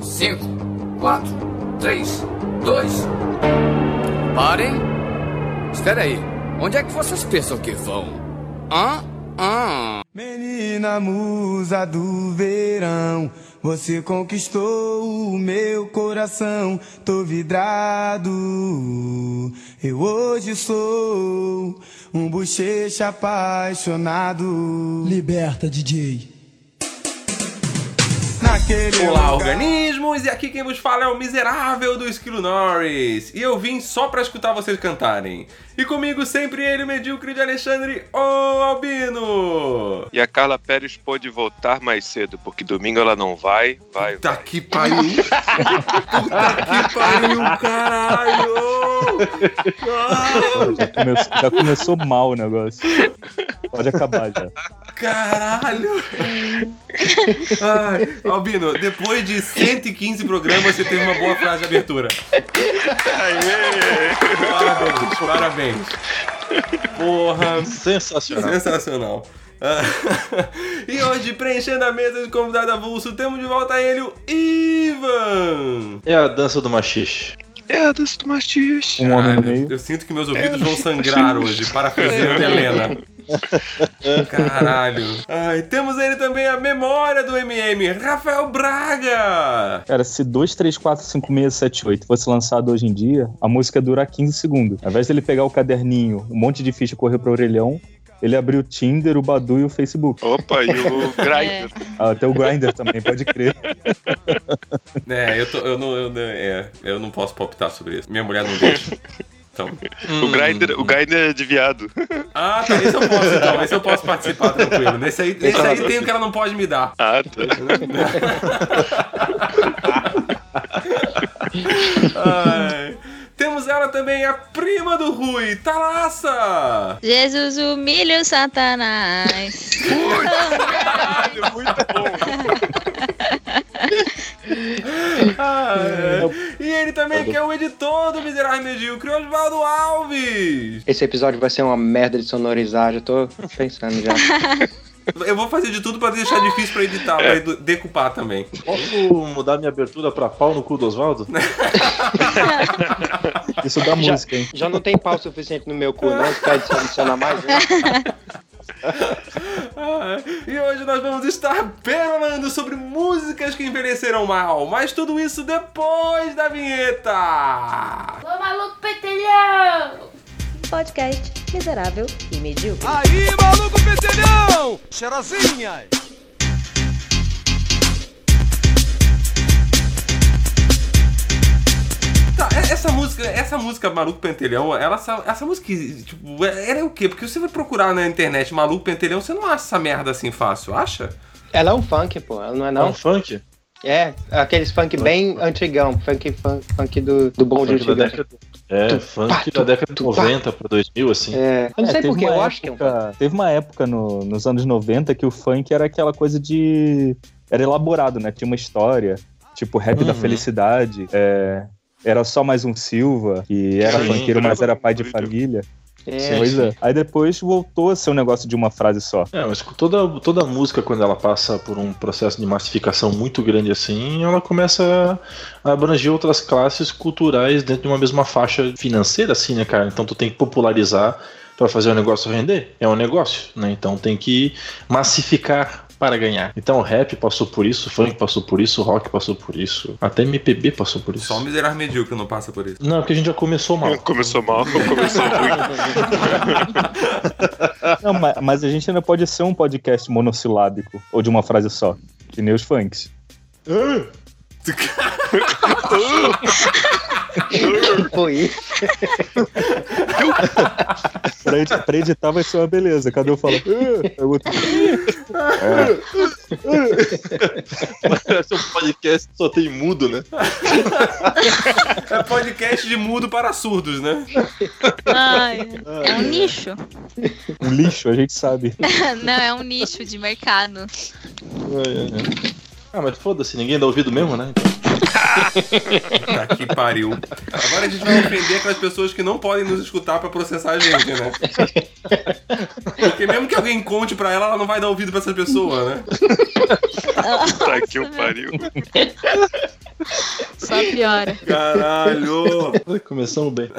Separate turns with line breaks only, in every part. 5, 4, 3, 2. Parem! Espera aí, onde é que vocês pensam que vão? Hã? Hã?
Menina musa do verão, você conquistou o meu coração, tô vidrado. Eu hoje sou um bochecha apaixonado.
Liberta, DJ.
Naquele
Olá,
lugar-
organismos! E aqui quem vos fala é o miserável do Esquilo Norris. E eu vim só pra escutar vocês cantarem. E comigo sempre ele, o medíocre de Alexandre, o Albino!
E a Carla Pérez pôde voltar mais cedo, porque domingo ela não vai. Vai.
Puta que pariu! Puta que pariu, caralho! Ah,
Já, come- já começou mal o negócio. Pode acabar já.
caralho! Ai, Albino, depois de 115 programas, você teve uma boa frase de abertura. Parabéns, parabéns. Porra,
Sensacional.
Sensacional. Ah, e hoje, preenchendo a mesa de convidado avulso, temos de volta ele, o Ivan!
É a dança do machixe.
É a dança do Matias.
Um homem no meio.
Eu sinto que meus ouvidos vão sangrar hoje, parafraseando Helena. Caralho. Ai, temos ele também, a memória do MM, Rafael Braga!
Cara, se 2, 3, 4, 5, 6, 7, 8 fosse lançado hoje em dia, a música ia durar 15 segundos. Ao invés dele pegar o caderninho, um monte de ficha e correr pro orelhão, ele abriu o Tinder, o Badu e o Facebook.
Opa, e o Grindr.
Ah, Até o Grindr também, pode crer.
É, eu, tô, eu, não, eu, não- é, eu não posso palpitar sobre isso. Minha mulher não deixa. Então.
O Grindr, o Grindr é de viado.
Ah, tá. Esse eu posso, então. Esse eu posso participar tranquilo. Nesse aí, nesse aí tem o que ela não pode me dar.
Ah, tá.
Ai. Temos ela também, a prima do Rui, Talassa!
Jesus humilha o Satanás.
Muito bom.
Ai. Ah, é. E ele também, que é o editor do Miserável Medíocre, Osvaldo Alves!
Esse episódio vai ser uma merda de sonorizar, já tô pensando já.
Eu vou fazer de tudo pra deixar difícil pra editar,
É.
pra edu- decupar também.
Posso mudar minha abertura pra pau no cu do Oswaldo?
Isso dá
Já-
música, hein?
Já não tem pau suficiente no meu cu, não? Se quer adicionar mais? né?
Ai. Ah, é. E hoje nós vamos estar perolando sobre músicas que envelheceram mal, mas tudo isso depois da vinheta!
Ô maluco petelhão!
Podcast miserável e medíocre.
Aí, maluco pedelhão! Cheirosinhas!
Tá, é- essa música, essa música Maluco Pentelhão, ela, essa, essa música, tipo, é- ela é o quê? Porque você vai procurar na internet Maluco Pentelhão, você não acha essa merda assim fácil, acha?
Ela é um funk, pô, ela não é
É um
não?
funk?
É, aqueles funk bem antigão, funk, funk, funk do, do bom de
Funk da
antigão.
década... É, funk da década de 90 pra 2000, assim.
É, eu não sei
teve
porque,
uma
eu acho que é um funk.
época- Teve uma época no- nos anos 90 que o funk era aquela coisa de. Era elaborado, né? Tinha uma história. Tipo, rap da
Uhum.
felicidade. é, Era só mais um Silva, que era
Sim.
funkeiro, mas era pai de família.
É,
Pois é. Aí depois voltou a ser um negócio de uma frase só.
É, mas toda, toda música, quando ela passa por um processo de massificação muito grande assim, ela começa a abranger outras classes culturais dentro de uma mesma faixa financeira, assim, né, cara? Então tu tem que popularizar pra fazer o negócio render. É um negócio, né? Então tem que massificar para ganhar. Então o rap passou por isso, o funk passou por isso, o rock passou por isso, até MPB passou por isso.
Só o miserável medíocre não passa por isso.
Não, porque a gente já começou mal.
Começou mal, começou ruim.
Não, ma- mas, a gente ainda pode ser um podcast monossilábico, ou de uma frase só. Que nem os funks.
foi isso.
Pra, edi- pra editar vai ser uma beleza. Cada um fala. "Ah", aí o outro,
Parece um
tá
podcast que só tem mudo, né?
É podcast de mudo para surdos, né?
Ai, é um nicho.
um lixo, a gente sabe.
Não, é um nicho de mercado.
Ah, mas foda-se, ninguém dá ouvido mesmo, né?
Tá que pariu. Agora a gente vai ofender aquelas pessoas que não podem nos escutar pra processar a gente, né? Porque mesmo que alguém conte pra ela, ela não vai dar ouvido pra essa pessoa, né?
Tá que o pariu.
Só piora.
Caralho!
Então, Começamos bem.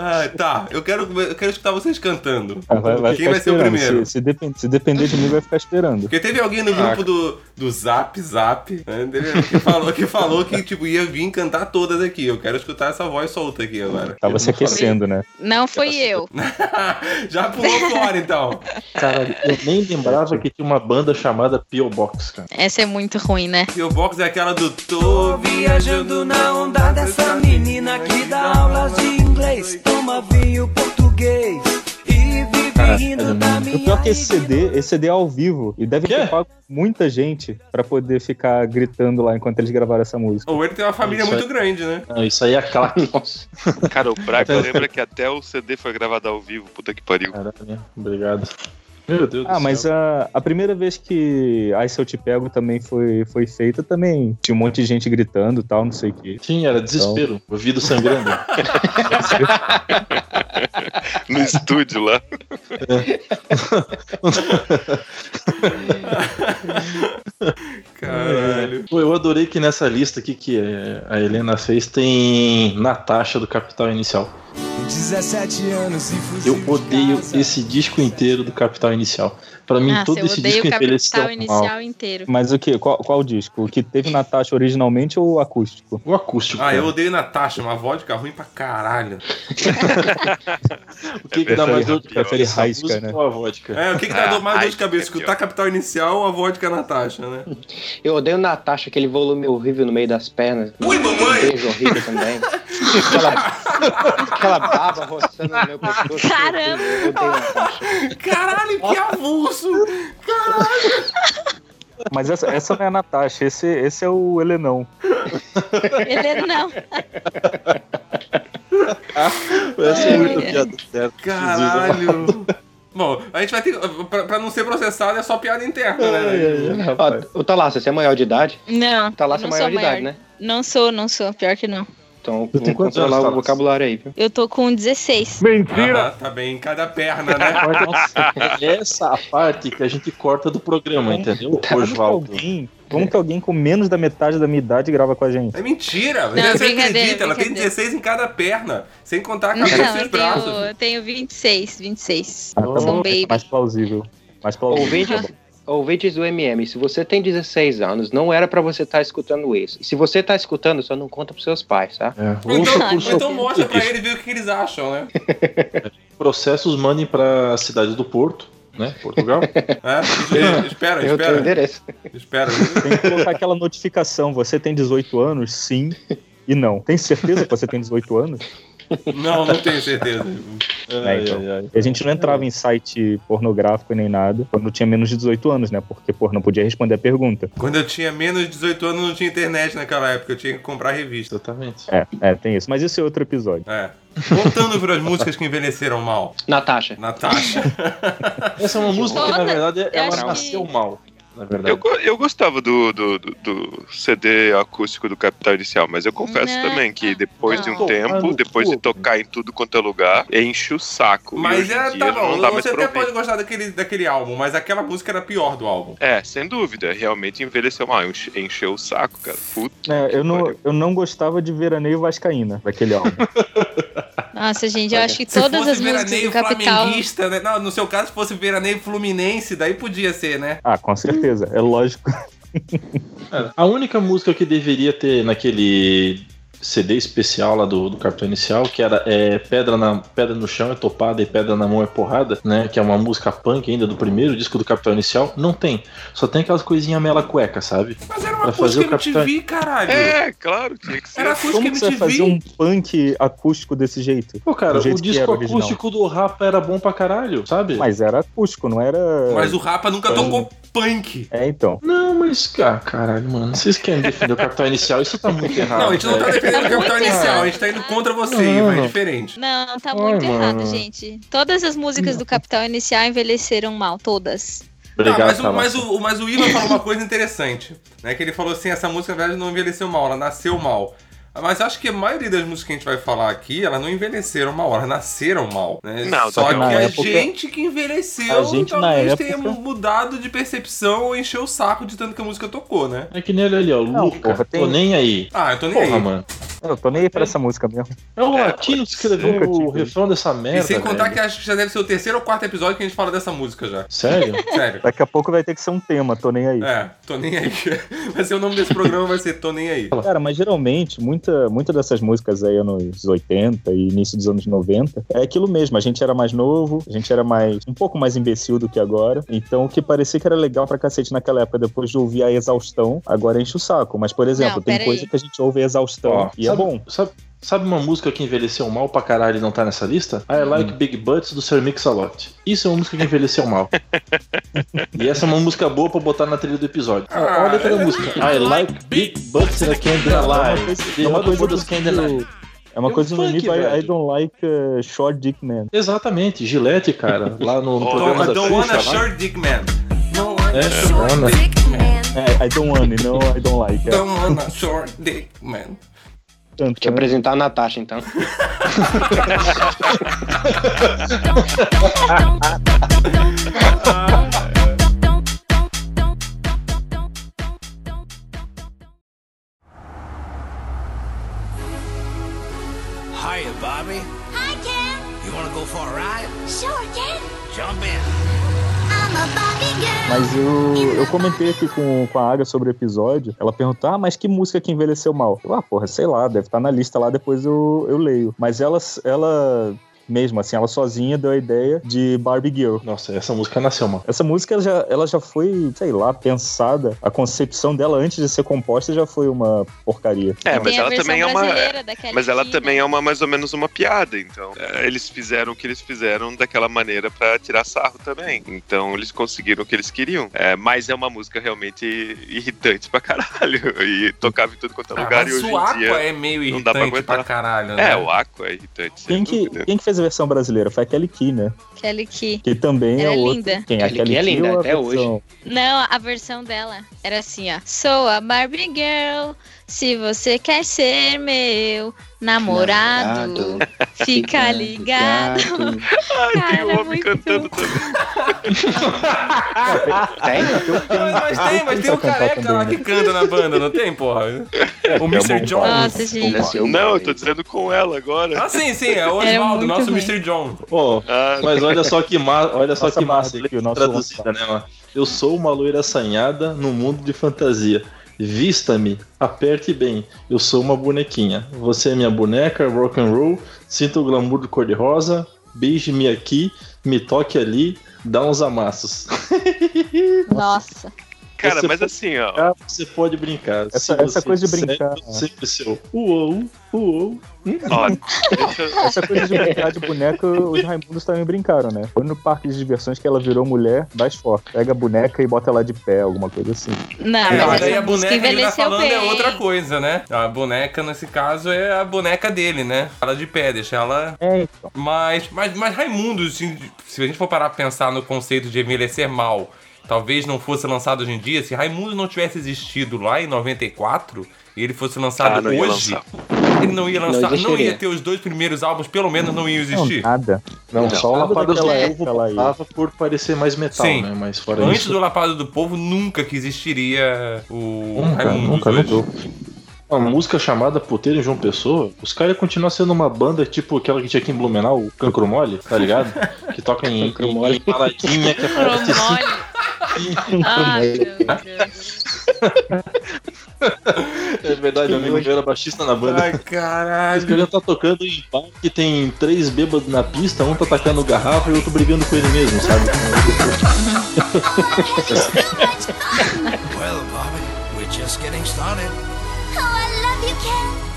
Ah, tá, eu quero, eu quero escutar vocês cantando.
Ah, vai, vai
Quem
ficar
vai ser o
esperando. Ah.
primeiro?
Se, se depen- se depender de mim, vai ficar esperando.
Porque teve alguém no grupo do, do Zap Zap né, teve- que, falou, que falou que tipo, ia vir cantar todas aqui. Eu quero escutar essa voz solta aqui agora.
Tava se aquecendo, né?
Não fui eu.
Tá.
Já pulou fora então.
Caralho, eu nem lembrava que tinha uma banda chamada P.O. Box, cara.
Essa é muito ruim, né?
E o box é aquela do Tô viajando na onda dessa menina é que tá dá aulas de inglês.
O pior é que esse CD, esse CD é ao vivo. E deve ter pago muita gente pra poder ficar gritando lá enquanto eles gravaram essa música.
O ele tem uma família
Isso aí.
muito grande, né?
Não, isso aí é claque.
Cara, o Braga lembra que até o CD foi gravado ao vivo, puta que pariu.
Caralho, obrigado. Meu Deus do
Ah,
céu.
mas a, a primeira vez que Ai Se Eu Te Pego também foi, foi feita, também tinha um monte de gente gritando e tal, não sei o quê.
Sim, era desespero. Ouvido sangrando.
No estúdio lá. É.
Caralho.
Pô, eu adorei que nessa lista aqui que eh, a Helena fez tem Natasha do Capital Inicial.
17 anos e fuzil
Eu
de
odeio
casa.
esse disco inteiro do Capital Inicial. Pra mim,
Nossa,
todo
Ah, eu
esse
odeio
disco é
o
envelheceu
capital
mal.
inicial inteiro.
Mas o que? Qual, qual disco? O que teve Natasha originalmente ou o acústico?
O acústico.
Ah,
cara.
eu odeio Natasha, uma vodka ruim pra caralho.
O que, que
É
dá mais dor
verdade,
de
prefere
cabeça?
Heisca,
música
né?
ou a vodka?
É, o que, que dá dor- mais dor de cabeça?
Ai, que pior.
Escutar Capital Inicial ou a vodka Natasha, né?
Eu odeio Natasha, aquele volume horrível no meio das pernas. Ui, mamãe! Beijo horrível também. Aquela, aquela baba roçando no meu pescoço.
Caramba!
Eu odeio Natasha.
Caralho, que avulso!
Mas essa, essa não é a Natasha, esse, esse é o Helenão.
Ele não.
Essa é muito
É.
piada certa.
Caralho! Bom, a gente vai ter. Pra, pra não ser processado, é só piada interna, né?
Ó, o Talassa, você é maior de idade?
Não.
Talassa é
não
maior
sou
de idade, né?
Não sou, não sou. Pior que não.
Então,
tenho
vamos
quantos
controlar
anos,
o
Thalas?
vocabulário aí, viu?
Eu tô com 16.
Mentira! tá bem em cada perna, né?
Ah, Nossa,
É, Essa a parte que a gente corta do
É.
programa, entendeu?
Então, vamos que
Osvaldo.
alguém, vamos que alguém com menos da metade da minha idade grava com a gente.
É mentira!
Não,
você
brincadeira,
acredita, ela tem
brincadeira.
16 em cada perna, sem contar a
Não,
cabeça e os
eu tenho,
braços.
eu tenho 26, 26.
Então,
Ah, tá
Sou
bom,
um baby.
mais plausível. Mais plausível.
Ouvintes, ouvintes do MM, se você tem 16 anos, não era pra você estar escutando isso. E se você tá escutando, só não conta pros seus pais, tá?
É, ouça
Então,
por
ou
seu
então
conta
mostra
e
pra
risco.
ele ver o que eles acham, né?
Processos mandem pra cidade do Porto, né? Portugal.
É? Espera, espera,
Eu tenho
espera.
endereço.
espera.
Tem que colocar aquela notificação: você tem 18 anos? Sim e não. Tem certeza que você tem 18 anos?
Não, não tenho certeza.
Ai,
então.
ai, ai.
E a gente não entrava em site pornográfico nem nada quando tinha menos de 18 anos, né? Porque, pô, não podia responder a pergunta.
Quando eu tinha menos de 18 anos, não tinha internet naquela época, eu tinha que comprar revista.
Exatamente.
É, é, tem isso. Mas isso é outro episódio.
É. Voltando para as músicas que envelheceram mal.
Natasha.
Natasha.
Essa é uma música que, na
Todas,
verdade, ela
acho que-
nasceu mal. Na verdade.
Eu, go- eu gostava do, do, do- do CD acústico do Capital Inicial, mas eu confesso
Não,
também que depois de um
não.
tempo, depois de tocar em tudo quanto é lugar, enche o saco. E
Mas
hoje em
é,
dia
tá bom,
não dá mais
você até
pra
pode
ouvir.
gostar daquele, daquele álbum, mas aquela música era a pior do álbum.
É, sem dúvida, realmente envelheceu mal, enche- encheu o saco, cara. Puta.
É, eu, não,
pariu.
eu não gostava de Veraneio Vascaína, daquele álbum.
Nossa, gente, eu acho que todas as músicas do Capital.
flamenguista, né? Não, no seu caso, se fosse veraneio fluminense, daí podia ser, né?
Ah, com certeza. É lógico.
Cara, É. a única música que deveria ter naquele CD especial lá do, do Capitão Inicial, que era é, pedra, na, pedra no chão é topada e pedra na mão é porrada, né? Que é uma música punk ainda do primeiro disco do Capitão Inicial, não tem. Só tem aquelas coisinhas mela cueca, sabe?
Mas era uma
Pra fazer
acústica
o Capitão-
MTV, caralho.
É, claro, tinha que ser.
Era acústica
Como que você vai
MTV.
fazer um punk acústico desse jeito?
Pô, cara,
Do
o
jeito que
disco
era original.
acústico do Rafa era bom pra caralho, sabe?
Mas era acústico, não era.
Mas o Rapa nunca tocou punk.
É, então.
Não, mas. Ah, caralho, mano. Vocês querem defender o Capitão Inicial? Isso tá muito errado.
Não, a gente não tá
velho.
defendendo o
Tá muito
Capital Inicial,
errado.
a gente tá indo contra você,
Não.
mas é diferente.
Não, tá
Ai,
muito errado,
mano.
gente. Todas as músicas do Capital Inicial envelheceram mal, todas.
Tá,
Obrigado,
mas, o,
Tavares.
mas, o, mas o Ivan falou uma coisa interessante, né? Que ele falou assim, essa música, na verdade, não envelheceu mal, ela nasceu mal. Mas acho que a maioria das músicas que a gente vai falar aqui, elas não envelheceram mal, elas nasceram mal. Né?
Não,
Só
tá
que
bom.
a
Na época-
gente que envelheceu
A gente, na
talvez tenha
época-
mudado de percepção ou encheu o saco de tanto que a música tocou, né?
É que nem ele ali, ó.
Não,
Luca,
porra, tem-
tô nem aí.
Ah, eu tô nem
Porra,
aí.
mano.
Eu tô nem aí pra essa música mesmo.
É o
É,
latino que escreveu
ser.
o refrão dessa merda.
E sem contar
velho.
que acho que já deve ser o terceiro ou quarto episódio que a gente fala dessa música já.
Sério?
Sério.
Daqui a pouco vai ter que ser um tema, tô nem aí.
É, tô nem aí. Vai ser o nome desse programa, vai ser Tô Nem Aí.
Cara, mas geralmente, muita, muita dessas músicas aí anos 80 e início dos anos 90, é aquilo mesmo. A gente era mais novo, a gente era mais um pouco mais imbecil do que agora. Então, o que parecia que era legal pra cacete naquela época, depois de ouvir a exaustão, agora enche o saco. Mas, por exemplo,
Não,
tem
pera
coisa
aí.
que a gente ouve a exaustão
Ó,
e é
sabe-
bom.
Sabe, sabe uma música que envelheceu mal pra caralho e não tá nessa lista? I Like Big Butts do Sir Mix-a-Lot. Isso é uma música que envelheceu mal. e essa é uma música boa pra botar na trilha do episódio.
Ah,
Olha outra música. é. I Like Big Butts and I Can't Deny. The
é uma
Other
coisa
Brothers Can't Deny.
É uma
É um
coisa do
funk,
nível I, I
velho.
don't like uh, short dick man.
Exatamente, Gillette, cara. Lá no, no
Oh,
programa
I
da
don't wanna
Xuxa. né? lá.
short dick man.
É, Dona.
É, I don't want, não I don't like.
Então,
É,
Don't wanna short dick man.
tanto,
Te
né?
apresentar a Natasha, então.
Hiya, Bobby.
Hi, Ken.
You wanna go for a ride?
Sure, Ken.
Jump in.
I'm a Bobby girl.
Mas eu, eu comentei aqui com, com a Aga sobre o episódio. Ela perguntou: Ah, mas que música que envelheceu mal? Eu, ah, porra, sei lá, deve estar na lista lá, depois eu, eu leio. Mas ela, ela, mesmo assim, ela sozinha deu a ideia de Barbie Girl.
Nossa, essa música nasceu mal.
Essa música ela já, ela já foi, sei lá, pensada. A concepção dela antes de ser composta já foi uma porcaria.
É, mas
Tem a
ela
versão
também é uma.
brasileira da Kelly
Mas ela
Key,
também
né?
é uma mais ou menos uma piada, então. é, Eles fizeram o que eles fizeram daquela maneira pra tirar sarro também. Então eles conseguiram o que eles queriam. É, mas é uma música realmente irritante pra caralho. E tocava em tudo quanto é lugar e
Ah, Mas
hoje
o
em
Aqua
dia.
é meio
não dá pra
irritante pra,
aguentar.
caralho, né?
É, o Aqua é irritante. sem
Quem que,
dúvida.
quem que fez a versão brasileira? Foi a Kelly Key, né?
Kelly Key.
Que também
Ela
é
é
outra.
linda.
Quem? A
Kelly Key
Kelly
é
Key
linda
ou a
até hoje.
versão-
Não, a versão dela era assim, ó. Sou a Barbie Girl, se você quer ser meu namorado, fica ligado.
Ai, tem
Cara,
um
é
homem
muito-
cantando também.
Tem?
Mas, mas tem, mas tem o
é cantar
careca lá
também,
que
né?
canta na banda, não tem, porra?
É,
O Mr. John.
Nossa, gente.
é
Não, eu tô dizendo com ela agora.
Ah, sim, sim, é o Oswaldo,
muito
nosso
ruim.
Mr. John.
Ó,
Ah,
Mas olha só que massa, olha só
Nossa,
que massa,
Barbie, que o nosso
traduzida, né, mano? Eu sou uma loira assanhada no mundo de fantasia. Vista-me, aperte bem. Eu sou uma bonequinha. Você é minha boneca, rock and roll. Sinta o glamour do cor-de-rosa. Beije-me aqui, me toque ali, dá uns amassos.
Nossa.
cara,
você
mas
foi-
assim, ó.
Ah, você pode brincar.
Essa-
Se
essa
você
coisa de
quiser,
brincar.
eu Sempre seu. Uou, uou.
ó deixa eu-
Essa coisa de brincar de boneca, os Raimundos também brincaram, né? Foi no parque de diversões que ela virou mulher das fortes. Pega a boneca e bota ela de pé, alguma coisa assim.
Não,
Não,
Ah, mas
daí
essa
a
música
boneca que ele tá
envelheceu
falando
bem.
é outra coisa, né? A boneca, nesse caso, é a boneca dele, né? Ela de pé, deixa ela
É, então.
Mas, mas, mas Raimundo, assim, se a gente for parar pra pensar no conceito de envelhecer mal, talvez não fosse lançado hoje em dia, se Raimundo não tivesse existido lá em 94 e ele fosse lançado
Ah, não ia
hoje,
lançar.
ele não ia lançar, não,
existiria.
ia ter os dois primeiros álbuns, pelo menos não ia
Não,
existir.
então, nada.
Não, só
nada
o Lapada do
daquela
Povo
época lá ia.
botava por parecer mais metal,
Sim.
né? Mas fora
Antes
isso.
do Lapado do Povo, nunca que existiria o
Nunca,
Raimundos
nunca,
hoje.
nunca. Uma música chamada Puteiro em João Pessoa, os caras continuam sendo uma banda tipo aquela que tinha aqui em Blumenau, o Cancro Mole, tá ligado? Que toca em,
Cancro
em,
Mole.
em baladinha, que é pra
Promole.
você se-
Ai, meu Deus.
É verdade, meu amigo meu era baixista na banda.
Ai,
Os
caralho.
caras tá tocando em bar que tem três bêbados na pista, um tá atacando garrafa e o outro brigando com ele mesmo, sabe?
Well, Bobby, we're just getting started.
Oh, I love you, Ken.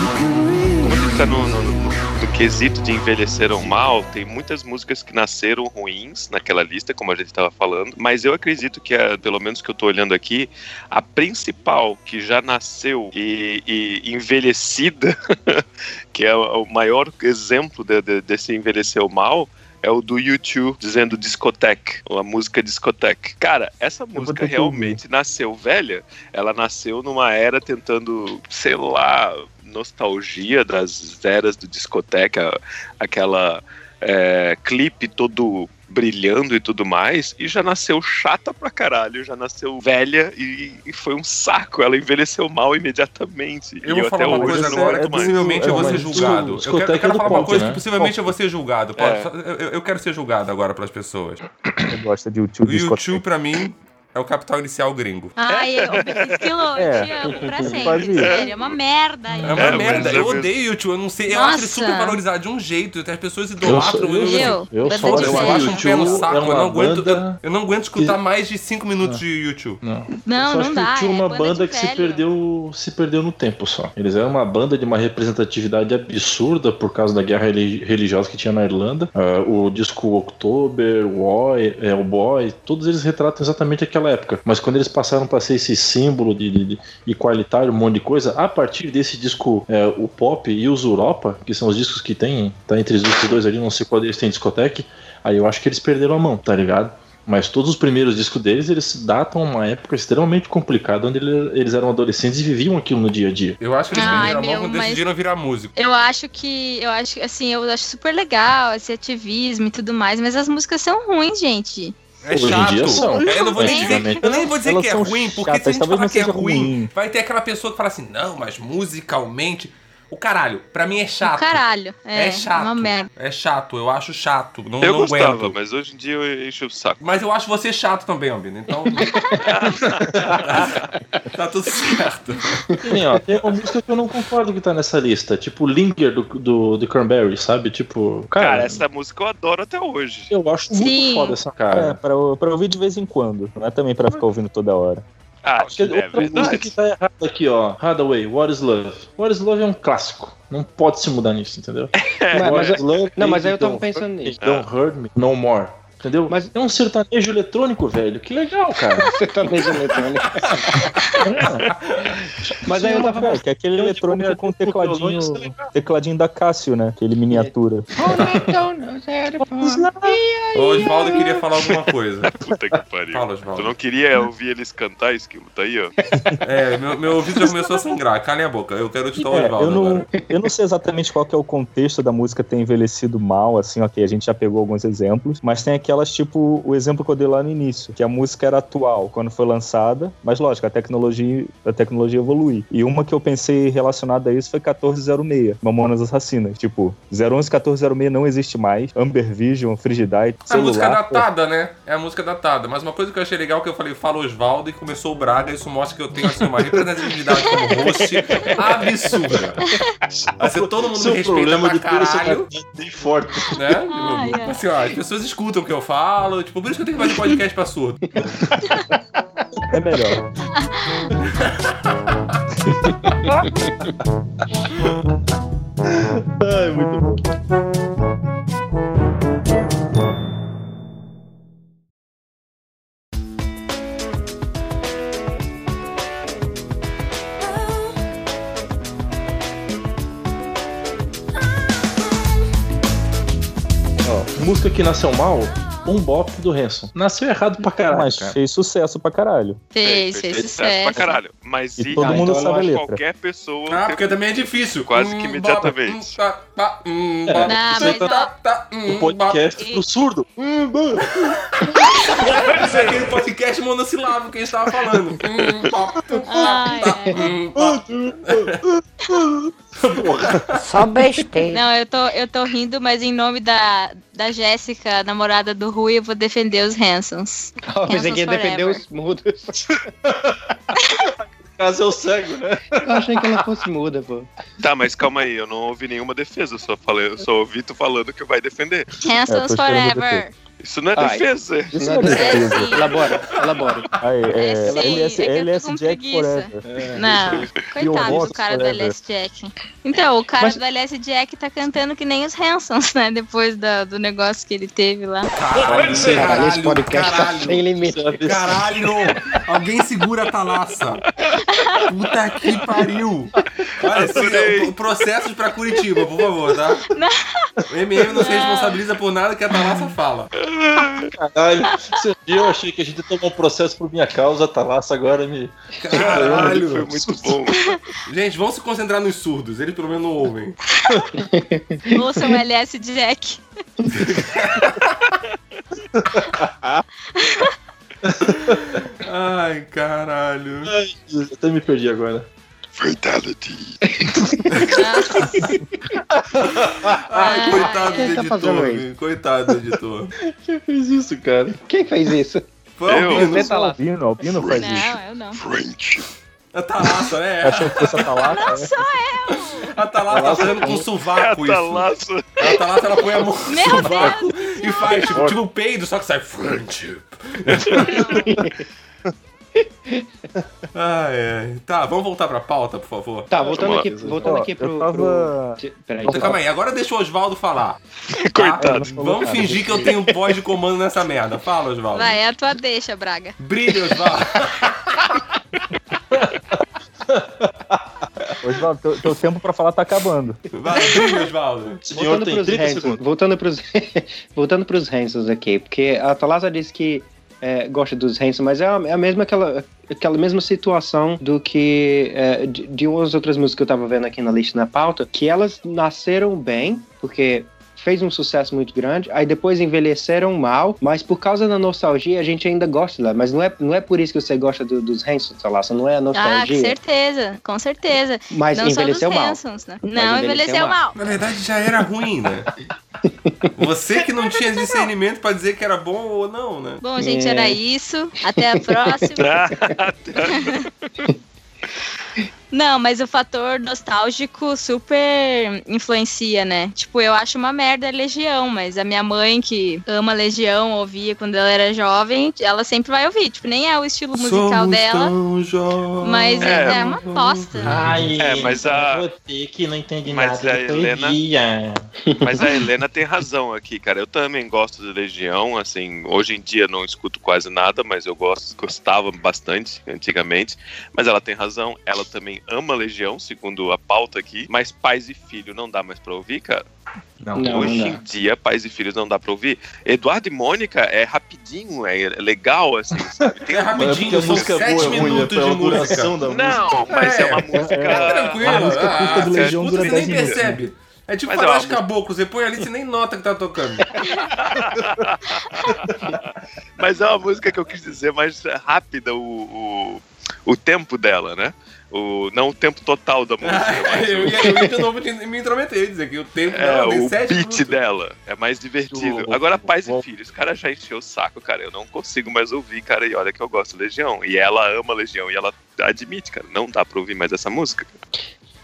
Como ele tá no, no, no, no quesito de envelheceram mal, tem muitas músicas que nasceram ruins naquela lista, como a gente estava falando, mas eu acredito que, a- pelo menos que eu tô olhando aqui, a principal que já nasceu e, e envelhecida, que é o o maior exemplo de- de- desse envelheceu mal, é o do YouTube dizendo discoteque, ou a música discoteque. Cara, essa música
ter que ouvir.
realmente nasceu velha. Ela nasceu numa era tentando, sei lá, nostalgia das eras do discoteca, aquela é, clipe todo brilhando e tudo mais, e já nasceu chata pra caralho, já nasceu velha e, e foi um saco. Ela envelheceu mal imediatamente.
Eu vou
e eu
falar
até
uma
hoje
coisa
não
séria,
aguento mais.
possivelmente
É,
eu vou ser
mas
julgado. Eu quero,
discoteca
eu quero
é do
falar uma
pop,
coisa
né?
que possivelmente eu vou ser julgado. Pode-
É.
eu, eu quero ser julgado agora pelas pessoas.
Quem gosta de
O
YouTube
YouTube,
discoteca?
pra mim, é o capital inicial gringo.
Ai, eu, Esquilo, eu
É,
te amo pra
faz
sempre,
isso.
sério. É uma merda.
É uma
É, mas
merda,
é
eu
mesmo.
odeio o YouTube, eu não sei, eu
Nossa.
acho ele super valorizado de um jeito, até as pessoas
sou-
idolatram
eu
ele.
sou-
Meu,
eu
banda
só
de
acho
Eu
velho.
que
acho um pé no
U2
saco,
é
eu
uma
não aguento, eu,
banda-
eu não aguento escutar mais de 5 minutos de YouTube.
Não.
Não,
eu só
não dá.
acho que o U2 é
é
uma
de
banda que se
velho.
perdeu, se perdeu no tempo só. Eles eram uma banda de uma representatividade absurda por causa da guerra reli- religiosa que tinha na Irlanda. Ah, o disco October, Boy, é, o Boy, todos eles retratam exatamente aquela época. Mas quando eles passaram para ser esse símbolo de, de, de igualitário, um monte de coisa, a partir desse disco, é, o Pop e os Europa, que são os discos que tem, tá entre os discos dois ali, não sei qual deles tem discoteca, aí eu acho que eles perderam a mão, tá ligado? Mas todos os primeiros discos deles, eles datam uma época extremamente complicada, onde ele- eles eram adolescentes e viviam aquilo no dia a dia.
Eu acho que eles
Ah. Ai,
perderam a mão
meu,
quando
mas-
decidiram virar músico.
Eu acho que. Eu acho que, assim, eu acho super legal esse ativismo e tudo mais, mas as músicas são ruins, gente.
É
Hoje em
chato.
dia são.
É, eu não vou nem dizer,
Antigamente.
eu nem vou dizer
Elas
que é
são
ruim, porque
chatas,
se a gente
talvez
falar
não
que é
seja
ruim,
ruim.
vai ter aquela pessoa que fala assim, não, mas musicalmente, o caralho, pra mim é chato.
Caralho. É,
É chato.
Uma merda.
É chato, eu acho chato, não,
Eu
não
gostava,
aguento.
mas hoje em dia eu encho o saco.
Mas eu acho você chato também, Albino, então... tá tudo certo.
Tem, assim, ó, tem uma música que eu não concordo que tá nessa lista, tipo Linger do, do, do Cranberry, sabe? Tipo, cara,
Cara, essa música eu adoro até hoje.
eu acho muito
Sim.
foda essa
É,
cara.
pra, pra ouvir de vez em quando. Não é também pra ficar ouvindo toda hora.
Ah,
Acho que
é
outra música que
verdade.
tá errada aqui, ó. Hadaway, What is Love? What is Love é um clássico. Não pode se mudar nisso, entendeu?
É, Mas- mas-
is Love,
não, mas aí eu
Baby,
tava
Don't
pensando
Hurt Me,
nisso.
Don't Hurt Me, No More. Entendeu?
Mas-
Mas é um sertanejo eletrônico, velho. Que legal, cara.
Você tá também de eletrônico. Mas aí eu tava
É, que é aquele
Eu,
um
tipo,
eletrônico
meu,
com
tipo,
tecladinho.
violões, isso é
né?
legal.
Tecladinho da Cássio, né? Aquele miniatura.
O Osvaldo queria falar alguma coisa.
Puta que pariu.
Fala, Osvaldo.
Tu não queria ouvir eles cantar, Esquilo? Tá aí, ó.
É, meu, meu ouvido já começou a sangrar. Calem a boca, eu quero te dar o
É,
Osvaldo
eu, não,
Então, agora.
eu não sei exatamente qual que é o contexto da música ter envelhecido mal, assim, ok, a gente já pegou alguns exemplos, mas tem aquelas, tipo, o exemplo que eu dei lá no início, que a música era atual quando foi lançada, mas lógico, a tecnologia, a tecnologia evolui. E uma que eu pensei relacionada a isso foi 1406, Mamonas Assassinas. Tipo, 011 1406 não existe mais, Amber Vision, Frigidite,
A música é
celular...
datada, né? É a música datada. Mas uma coisa que eu achei legal é que eu falei, fala Osvaldo e começou o Braga. Isso mostra que eu tenho assim, uma representatividade como host absurda. Assim, todo mundo me respeita pra caralho,
bem forte.
né?
Ai, ai.
Assim, ó, as pessoas escutam o que eu falo. Tipo, por isso que eu tenho que fazer podcast pra surdo.
É melhor.
Ó, música que nasceu mal, um bop do Hanson. Nasceu errado pra caralho,
Mas
cara.
fez sucesso pra caralho.
É,
Fez, fez
Tá
Pra
sucesso.
caralho. Mas
E todo
Ah,
mundo
então eu
sabe a
acho
letra.
qualquer pessoa.
Ah,
tem-
porque também é difícil.
Quase que
baba,
imediatamente.
hum, tá, tá, hum, baba, hum,
Não, então, É. Ah, mas, ó,
tá, tá, hum,
O podcast
bop.
do surdo. Hum, bom.
Isso é aquele podcast monossilábico que a gente tava falando. Hum, bop, tum,
Ai, é.
tá,
ai.
hum, bop.
Só besteira.
Não, eu tô, eu tô rindo, mas em nome da, da Jéssica, namorada do Rui, eu vou defender os Hansons.
É,
Ah, eu pensei que ia
Cancel
defender
forever.
os mudos.
Caso eu cego, né?
Eu achei que ela fosse muda, pô.
Tá, mas calma aí, eu não ouvi nenhuma defesa, eu só falei, eu só ouvi tu falando que vai defender.
Hansons
esperando
Forever.
Isso não é
Ai.
defesa.
Isso não é defesa.
Elabora, elabora.
Aí,
É
é, LS,
sim, é que eu tô com
LS Jack
preguiça.
Forever.
É.
Não, coitado
Rock
do cara do
Forever.
LS Jack. Então, o cara
Mas-
do LS Jack tá cantando que nem os Hansons, né? Depois da- do negócio que ele teve lá.
Caralho,
Caralho, esse podcast tá sem limite.
Caralho! Alguém segura a talaça. Puta que pariu. Olha,
Adorei.
assim, ó, processos pra Curitiba, por favor, tá? O MM não se responsabiliza por nada que a talaça fala.
Caralho, você viu? Eu achei que a gente tomou um processo por minha causa, a Talaça agora me.
Foi
Caralho.
muito bom.
Gente, vamos se concentrar nos surdos. Eles pelo menos não ouvem.
Ouçam o LS Jack.
Ai, caralho.
Ai, Jesus, até me perdi agora.
Fatality.
Ai, coitado do
Ah, quem tá fazendo
editor.
isso?
Coitado do editor.
Quem fez isso, cara?
Quem fez isso?
Foi
Eu?
alguém, não
Você tá lá.
Albino, Albino faz isso.
Não, eu não.
French.
A Thalassa, né?
Achou que fosse a talaca? né?
é.
A Thalassa tá fazendo com sovaco isso. A
Catalaço.
Thalassa, ela põe a mão no
Meu
sovaco e faz tipo, tipo um peido, só que sai friendship. ai, ai. Tá, vamos voltar pra pauta, por favor.
Tá, voltando
Vamos
aqui,
lá.
voltando
Ó,
aqui pro.
eu tava-
pro- Peraí,
Então, calma aí, agora deixa o Oswaldo falar.
Coitado.
Tá? Vamos fingir que eu tenho voz de comando nessa merda. Fala, Oswaldo.
Vai, é a tua deixa, Braga.
Brilha, Oswaldo.
Oswaldo, teu, teu tempo pra falar tá acabando.
Vai, brilha, Oswaldo.
O senhor
Voltando
tem
pros,
30
Hansons,
segundos.
voltando, pros, voltando pros Hansons aqui, porque a Talasa disse que é, gosta dos Hansons, mas é a, é a mesma aquela, aquela mesma situação do que é, de, de umas outras músicas que eu tava vendo aqui na lista na pauta, que elas nasceram bem, porque fez um sucesso muito grande, aí depois envelheceram mal, mas por causa da nostalgia a gente ainda gosta dela, mas não é, não é por isso que você gosta do- dos Hansons, Talasa, não é a
Ah, com
nostalgia,
certeza, com certeza.
mas
não só dos
envelheceu mal.
Hansons, né?
Mas
Não,
envelheceu
envelheceu mal.
Na verdade já era ruim, né? Você que não
é
tinha discernimento pra dizer que era bom ou não, né?
Bom, gente, era
É.
isso. Até a próxima.
Ah,
Não, mas o fator nostálgico super influencia, né? Tipo, eu acho uma merda a Legião, mas a minha mãe, que ama Legião, ouvia quando ela era jovem, ela sempre vai ouvir. Tipo, nem é o estilo musical
Somos
dela,
tão jovens.
mas
É.
é, uma bosta.
Ai,
É, mas a-
Você que não entende
Mas
nada
a
de
Helena-
teoria.
Mas a Helena tem razão aqui, cara. Eu também gosto de Legião, assim, hoje em dia não escuto quase nada, mas eu gosto, gostava bastante antigamente. Mas ela tem razão, ela também ama Legião, segundo a pauta aqui. Mas pais e filho não dá mais pra ouvir, cara.
Não,
Não,
hoje em
não dá.
dia, pais e filhos não dá pra ouvir. Eduardo e Mônica é rapidinho, é legal, assim, sabe? Tem
É rapidinho, são sete
é
é né?
minutos de música.
da
Não, mas é, uma música.
É tranquilo.
A música
ah,
curta do
você
Legião
escuta,
dura
você nem
10 minutos,
percebe. É tipo
Mas é
falar
uma
de caboclo, você põe ali, você nem nota que tá tocando.
Mas é uma música que eu quis dizer mais rápida o, o, o tempo dela, né? O, não o tempo total da
Ah,
música, mas
eu,
o,
ia, eu ia de novo te- me intrometer e dizer que o tempo
é,
dela tem
o
sete
beat
minutos.
dela. É mais divertido. Agora, pais e filhos, cara já encheu o saco, cara. Eu não consigo mais ouvir, cara. E olha que eu gosto de Legião. E ela ama Legião. E ela admite, cara. Não dá pra ouvir mais essa música.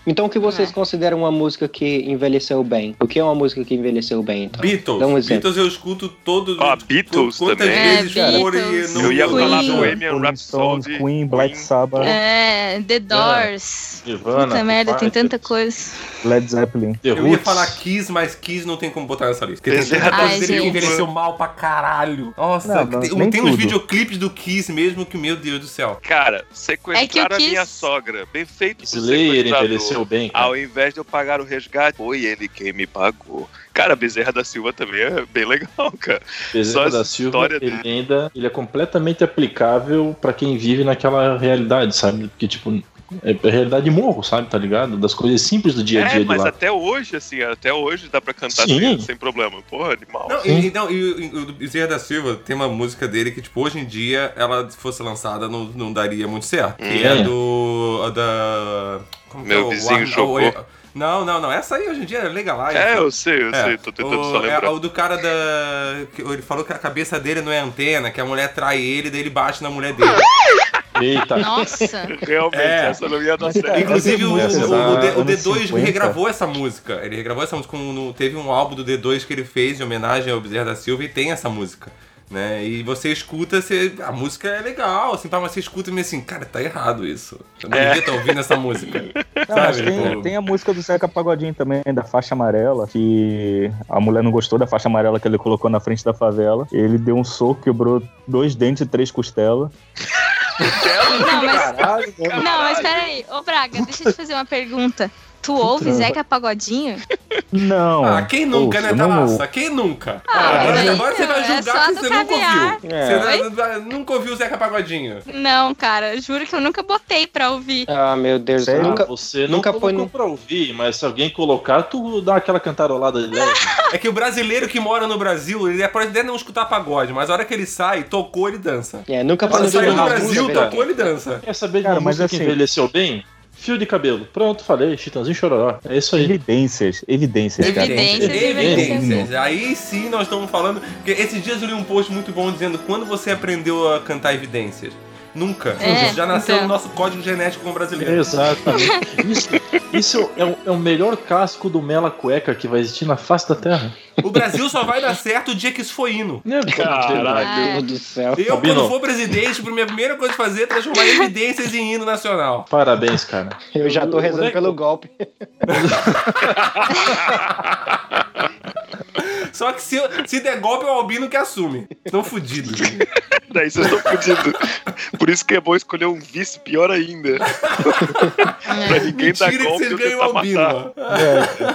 Então, o que vocês consideram uma música que envelheceu bem? O que é uma música que envelheceu bem, então?
Beatles.
Dá um exemplo.
Beatles eu escuto todo.
Ó, Beatles
quantas
também.
É,
vezes forem
Beatles,
e não
Eu ia
ouvi.
falar
Queen.
Bohemian
Rolling Stones,
Rhapsody,
Queen, Black
Queen.
Sabbath,
É, The Doors.
Nirvana,
Puta merda, tem
Fighters,
tanta coisa.
Led Zeppelin.
The
Eu ia
Roots.
falar Kiss, mas Kiss não tem como botar nessa lista. Porque tem
Exato.
tanta
Ai,
coisa dele que
gente.
envelheceu mal pra caralho. Nossa,
Não, não,
tem,
nem
tem uns
tudo.
videoclipes do Kiss mesmo que, meu Deus do céu.
Cara,
É que o
sequestrar a
Kiss-
minha sogra. Bem feito pro
Slayer
sequestrador.
envelheceu bem, cara.
Ao invés de eu pagar o resgate, foi ele quem me pagou. Cara, Bezerra da Silva também é bem legal, cara.
Bezerra
Só
da
essa
Silva,
história
ele
dele.
ainda ele é completamente aplicável pra quem vive naquela realidade, sabe? Porque, tipo, é é realidade de morro, sabe? Tá ligado? Das coisas simples do dia a dia
É,
de
mas
lá.
até hoje, assim, até hoje dá pra cantar
Sim.
sem, sem problema. Porra, animal.
Não, e, não, e o- e o do Bezerra da Silva tem uma música dele que, tipo, hoje em dia, ela se fosse lançada, não, não daria muito certo. Que é
Hum.
do. a da. Como que
Meu
é o
vizinho
Ar-
jogou.
o- Não, não, não. Essa aí hoje em dia é legalize.
é, eu sei, eu
É,
sei, tô tentando
o,
só
é,
lembrar.
o do cara da. que ele falou que a cabeça dele não é antena, que a mulher trai ele, daí ele bate na mulher dele.
Eita.
Nossa.
Realmente,
É.
essa não ia dar certo.
Inclusive, o, o-
Essa
o D-
da-
o D2
anos 50.
regravou essa música. Ele regravou essa música. com- no- teve um álbum do D2 que ele fez em homenagem ao Bezerra da Silva e tem essa música. Né? E você escuta, você- a música é legal, assim, pá, mas você escuta e meio assim, cara, tá errado isso. Eu não devia estar ouvindo essa música.
É. Não, mas
Sabe,
tem,
tipo-
tem a música do Zeca Pagodinho também, da faixa amarela, que a mulher não gostou da faixa amarela que ele colocou na frente da favela. Ele deu um soco, quebrou dois dentes e três costelas.
Não, mas,
Caralho,
não, mas peraí. Ô, Braga, deixa eu te fazer uma pergunta. Tu ouve Zeca Pagodinho?
Não.
Ah, quem nunca,
Ouça,
né,
um não
Talaça?
ouça.
Quem nunca?
Ah,
agora,
mas aí
agora você
não,
vai
é
julgar
só
que
do
você nunca
caviar.
ouviu.
É.
Você não- nunca ouviu o Zeca Pagodinho.
Não, cara, juro que eu nunca botei pra ouvir.
Ah, meu Deus.
Sério?
Nunca...
você não
nunca
colocou
foi no-
pra ouvir, mas se alguém colocar, tu dá aquela cantarolada de leve.
É que o brasileiro que mora no Brasil, ele é, pode até não escutar pagode, mas a hora que ele sai, tocou, ele dança.
É, nunca
Quando
falei
Mas
de
saiu do
uma
uma
Brasil,
música,
tocou, ele dança.
Quer saber de
Cara,
uma
mas
música que
assim-
envelheceu bem? Fio de cabelo. Pronto, falei. Chitãozinho Chororó. É isso aí.
Evidências, evidências, cara.
Evidências,
Evidências.
evidências.
Aí sim nós estamos falando. Porque esses dias eu li um post muito bom dizendo quando você aprendeu a cantar evidências. Nunca.
É,
Isso já nasceu
então.
no nosso código genético como brasileiro.
Exatamente. Isso, isso é, o, é o melhor casco do Mela Cueca que vai existir na face da Terra.
O Brasil só vai dar certo o dia que isso for hino.
Né?
Caralho.
Ah,
Deus do céu.
Eu,
Albino.
quando for presidente, a minha primeira coisa a fazer é transformar evidências em hino nacional.
Parabéns, cara.
Eu já tô rezando
Moleque.
pelo golpe.
Só que se, se der golpe, é o Albino que assume. Estão fudidos.
Daí vocês estão fodidos. Por isso que é bom escolher um vice pior ainda.
ah, É.
pra ninguém dar
Mentira que
golpe
vocês
ou
ganham o
tentar
Albino.
matar.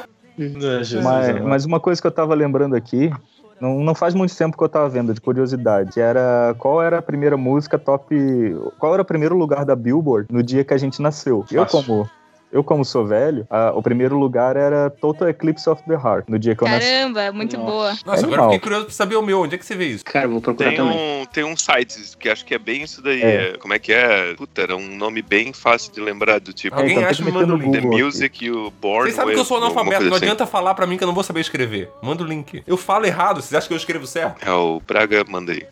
ó.
Né, Jesus
Mas,
amado.
mas uma coisa que eu tava lembrando aqui, não, não faz muito tempo que eu tava vendo, de curiosidade, que era qual era a primeira música top. Qual era o primeiro lugar da Billboard no dia que a gente nasceu? Eu,
Fácil.
como. Eu, como sou velho, a- o primeiro lugar era Total Eclipse of the Heart, no dia que eu nasci.
Caramba, muito
Nossa.
boa.
Nossa, agora eu
Animal.
fiquei curioso pra saber o meu. Onde é que você vê isso?
Cara, eu vou procurar
Tem
também.
um, tem um site que acho que é bem isso daí.
É.
é, Como é que é? Puta, era um nome bem fácil de lembrar do tipo.
Alguém
então,
acha e me
tem que
manda o
meter
link.
no
The
Google aqui.
Music e o Born.
Vocês sabem que eu sou
With, alguma
analfabeto,
coisa
não
assim.
adianta falar pra mim que eu não vou saber escrever. Manda o link. Eu falo errado, vocês acham que eu escrevo certo?
É, o Braga manda aí.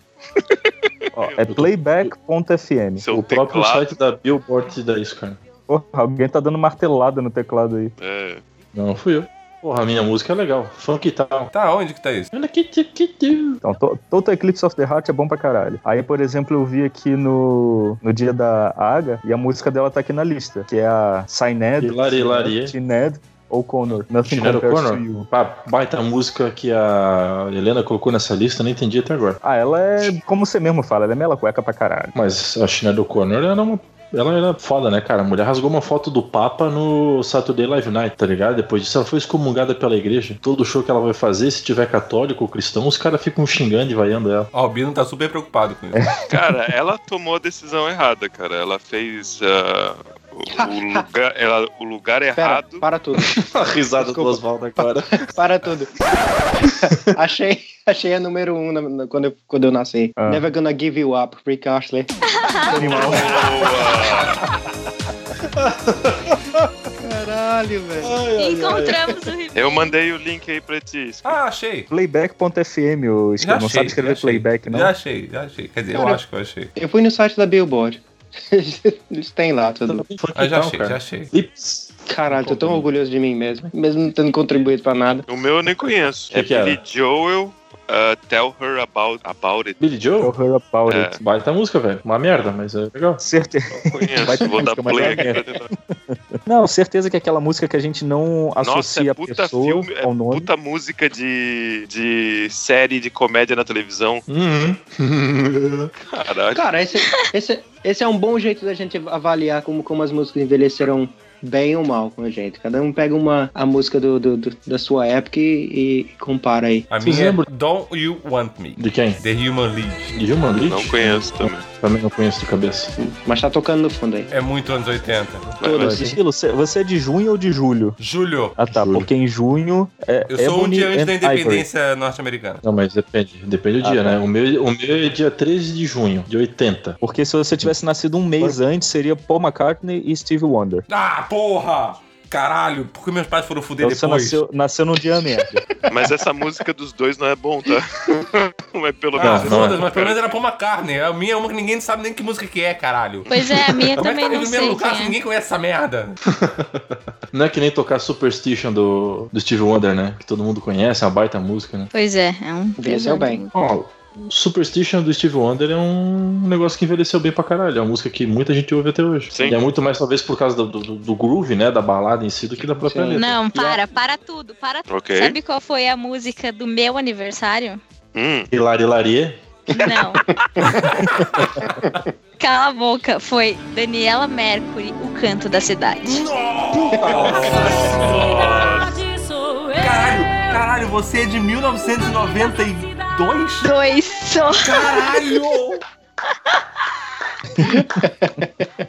Ó, é playback.fm.
Seu
O próprio
teclado,
site da Billboard te dá isso, cara.
Porra, alguém tá dando martelada no teclado aí.
é.
Não fui eu. Porra, a minha música é legal. Funk e tal.
Tá, onde que tá isso?
Olha que ti- que ti-
Então, to- Total Eclipse of the Heart é bom pra caralho. Aí, por exemplo, eu vi aqui no, no dia da Aga e a música dela tá aqui na lista, que é a Sined,
Hilari, Hilari.
Tined ou Connor. Nothing
Sinead
compares
O'Connor?
to you.
Pá, Ah, baita música que a Helena colocou nessa lista, não entendi até agora.
Ah, ela é, como você mesmo fala, ela é mela cueca pra caralho.
Mas a Sinead O'Connor era uma. Ela era foda, né, cara? A mulher rasgou uma foto do Papa no Saturday Live Night, tá ligado? Depois disso, ela foi excomungada pela igreja. Todo show que ela vai fazer, se tiver católico ou cristão, os caras ficam xingando e vaiando ela.
Ó, o Albino tá super preocupado com isso.
Cara, ela tomou a decisão errada, cara. Ela fez. ah, o, o lugar, ela- o lugar
Pera,
errado.
para tudo.
A risada
Desculpa.
Oswaldo agora.
Para tudo. achei, achei a número um na- na- quando, eu, quando eu nasci.
Ah.
Never Gonna Give You Up, Rick Ashley.
Boa!
Caralho, velho.
Encontramos o Ribeiro.
Eu mandei o link aí pra ti.
Ah, achei.
Playback.fm, ô,
Já
não
achei,
sabe
já
escrever
achei.
playback, não?
Já achei, já achei. Quer dizer, eu
Cara,
acho que eu achei.
Eu fui no site da Billboard. Eles têm lá tudo.
Funk
Ah, já
e tal,
achei,
cara.
já achei.
Lips.
Caralho, tô tão orgulhoso de mim mesmo. Mesmo não tendo contribuído pra nada.
O meu eu nem conheço.
Que
é
que era?
Billy Joel, ah, Tell Her About, about It.
Billy Joe?
Tell her about
É.
it.
Baita música, velho. Uma merda, mas é legal.
Certeza.
Não
Vai ter
conheço. Vou dar
música, mas
play
vai
aqui
ter.
pra tentar.
Não, certeza que é aquela música que a gente não
Nossa,
associa
é
a
puta
pessoa
filme, é
ao nome.
puta música de, de série de comédia na televisão.
Uhum.
Caralho.
Cara, esse, esse, esse é um bom jeito da gente avaliar como, como as músicas envelheceram bem ou mal com a gente. Cada um pega uma, a música do, do- do- da sua época e, e compara aí.
A
Vocês
minha é
lembram?
Don't You Want Me,
De quem?
The Human League.
De Human League?
Não conheço também.
Também não conheço de cabeça.
Mas tá tocando no fundo aí.
É muito anos 80.
Todas.
Estilo, você- você é de junho ou de julho?
Julho,
Ah tá,
Julho.
porque em junho é
eu sou um
Ebony
dia antes da
and Ivory.
independência norte-americana.
Não, mas depende. Depende do
Ah,
dia,
tá.
né? O meu, o meu é dia 13 de junho, de 80.
Porque se você tivesse nascido um mês antes, seria Paul McCartney e Steve Wonder.
Ah, porra! caralho, por que meus pais foram fuder
Então você
depois?
nasceu, nasceu num dia merda.
Mas essa música dos dois não é bom, tá? Mas pelo
Ah,
menos.
Não,
foda-se,
não é.
mas pelo menos era Paul McCartney. A minha é uma que ninguém sabe nem que música que é, caralho.
Pois é, a minha
Como é que
também
tá em
não
primeiro
sei
lugar se
quem é.
ninguém conhece essa merda?
Não é que nem tocar Superstition do, do Steve Wonder, né? Que todo mundo conhece, é uma baita música, né?
Pois é, é um.
Envelheceu bem.
Ó, Superstition do Steve Wonder é um negócio que envelheceu bem pra caralho. É uma música que muita gente ouve até hoje.
Sim.
E é muito mais, talvez, por causa do, do- do groove, né? Da balada em si do que da própria
Sim.
letra.
Não, para, para tudo, para tudo.
Ok.
Sabe qual foi a música do meu aniversário?
Hum,
Hilari Larie.
Não. Cala a boca, foi Daniela Mercury, O Canto da Cidade. É.
Caralho, caralho, você é de 1992?
Dois só.
Caralho!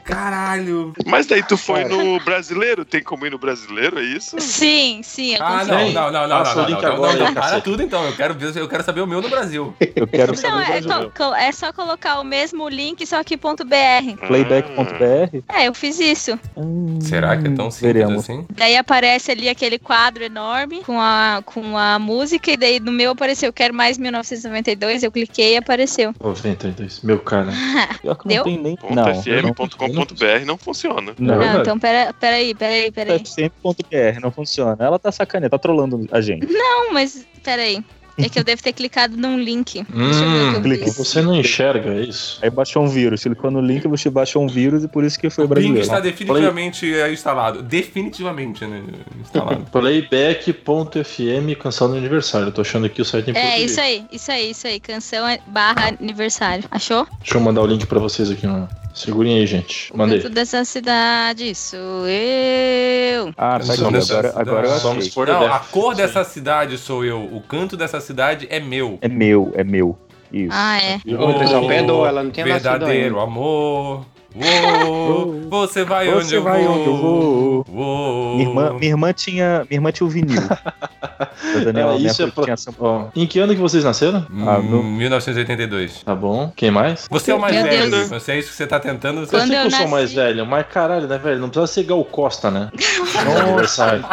Caralho!
Mas daí tu foi no brasileiro? Tem como ir no brasileiro, é isso?
Sim, sim, eu
Ah,
consegui.
não, não, não, não, não,
Passa
não,
o
não,
link
não,
agora,
não,
hein,
para
cacete.
tudo então, eu quero, ver- eu quero saber o meu no Brasil.
Eu quero
Não,
saber o
é,
brasileiro.
co- co- é só colocar o mesmo link, só que ponto .br.
Playback.br?
É, eu fiz isso.
Hum,
Será que é tão simples
veremos.
assim?
Daí aparece ali aquele quadro enorme com a, com a música, e daí no meu apareceu Quero Mais 1992, eu cliquei e apareceu.
92. Meu cara.
Pior que
Deu?
não tem nem...
Ah,
Não,
.fm.com.br não funciona.
É
Não,
verdade.
então pera, peraí, peraí,
É.
peraí.
.fm.br não funciona. Ela tá sacaneando, tá trolando a gente.
Não, mas peraí. É que eu devo ter clicado num link. Deixa eu ver um o
Hum,
que eu
clica.
fiz.
você não enxerga é isso?
Aí baixou um vírus. Clicou no link, você baixou um vírus e por isso que foi
O Bing
brasileiro.
está definitivamente é, instalado. Definitivamente, né? Instalado.
Playback.fm, canção do aniversário. Eu tô achando aqui o site em
É,
português.
isso aí, isso aí, isso aí. Canção é barra aniversário. Achou?
Deixa eu mandar o link pra vocês aqui, mano. Segurem aí, gente.
O
Mandei.
canto dessa cidade sou eu.
Ah, tá
Somos-
aqui. Agora, agora eu
um
Somos
achei.
for the
Não,
deaf.
a cor dessa cidade sou eu, o canto dessa cidade é meu.
É meu, é meu. Isso.
Ah, é.
O pessoal perdoa, ela não
é
tinha nascido
Verdadeiro amor. Uou, você vai onde
Você
eu
vai onde eu
vou.
vou.
Uou.
Minha irmã, minha irmã tinha, minha irmã tinha o vinil. da Daniela
É, isso
Mercury
é pro-
tinha né, essa-
Ó, em que ano que vocês nasceram?
Hum,
Ah, meu-
1982.
Tá bom. Quem mais?
Você é o mais
Meu
velho,
Deus.
Você é isso que você tá tentando. você-
Eu
Quando
sei que
eu
eu, sou
nasci-
mais velho, mas caralho, né, velho? Não precisa ser Gal Costa, né? Não, aniversário.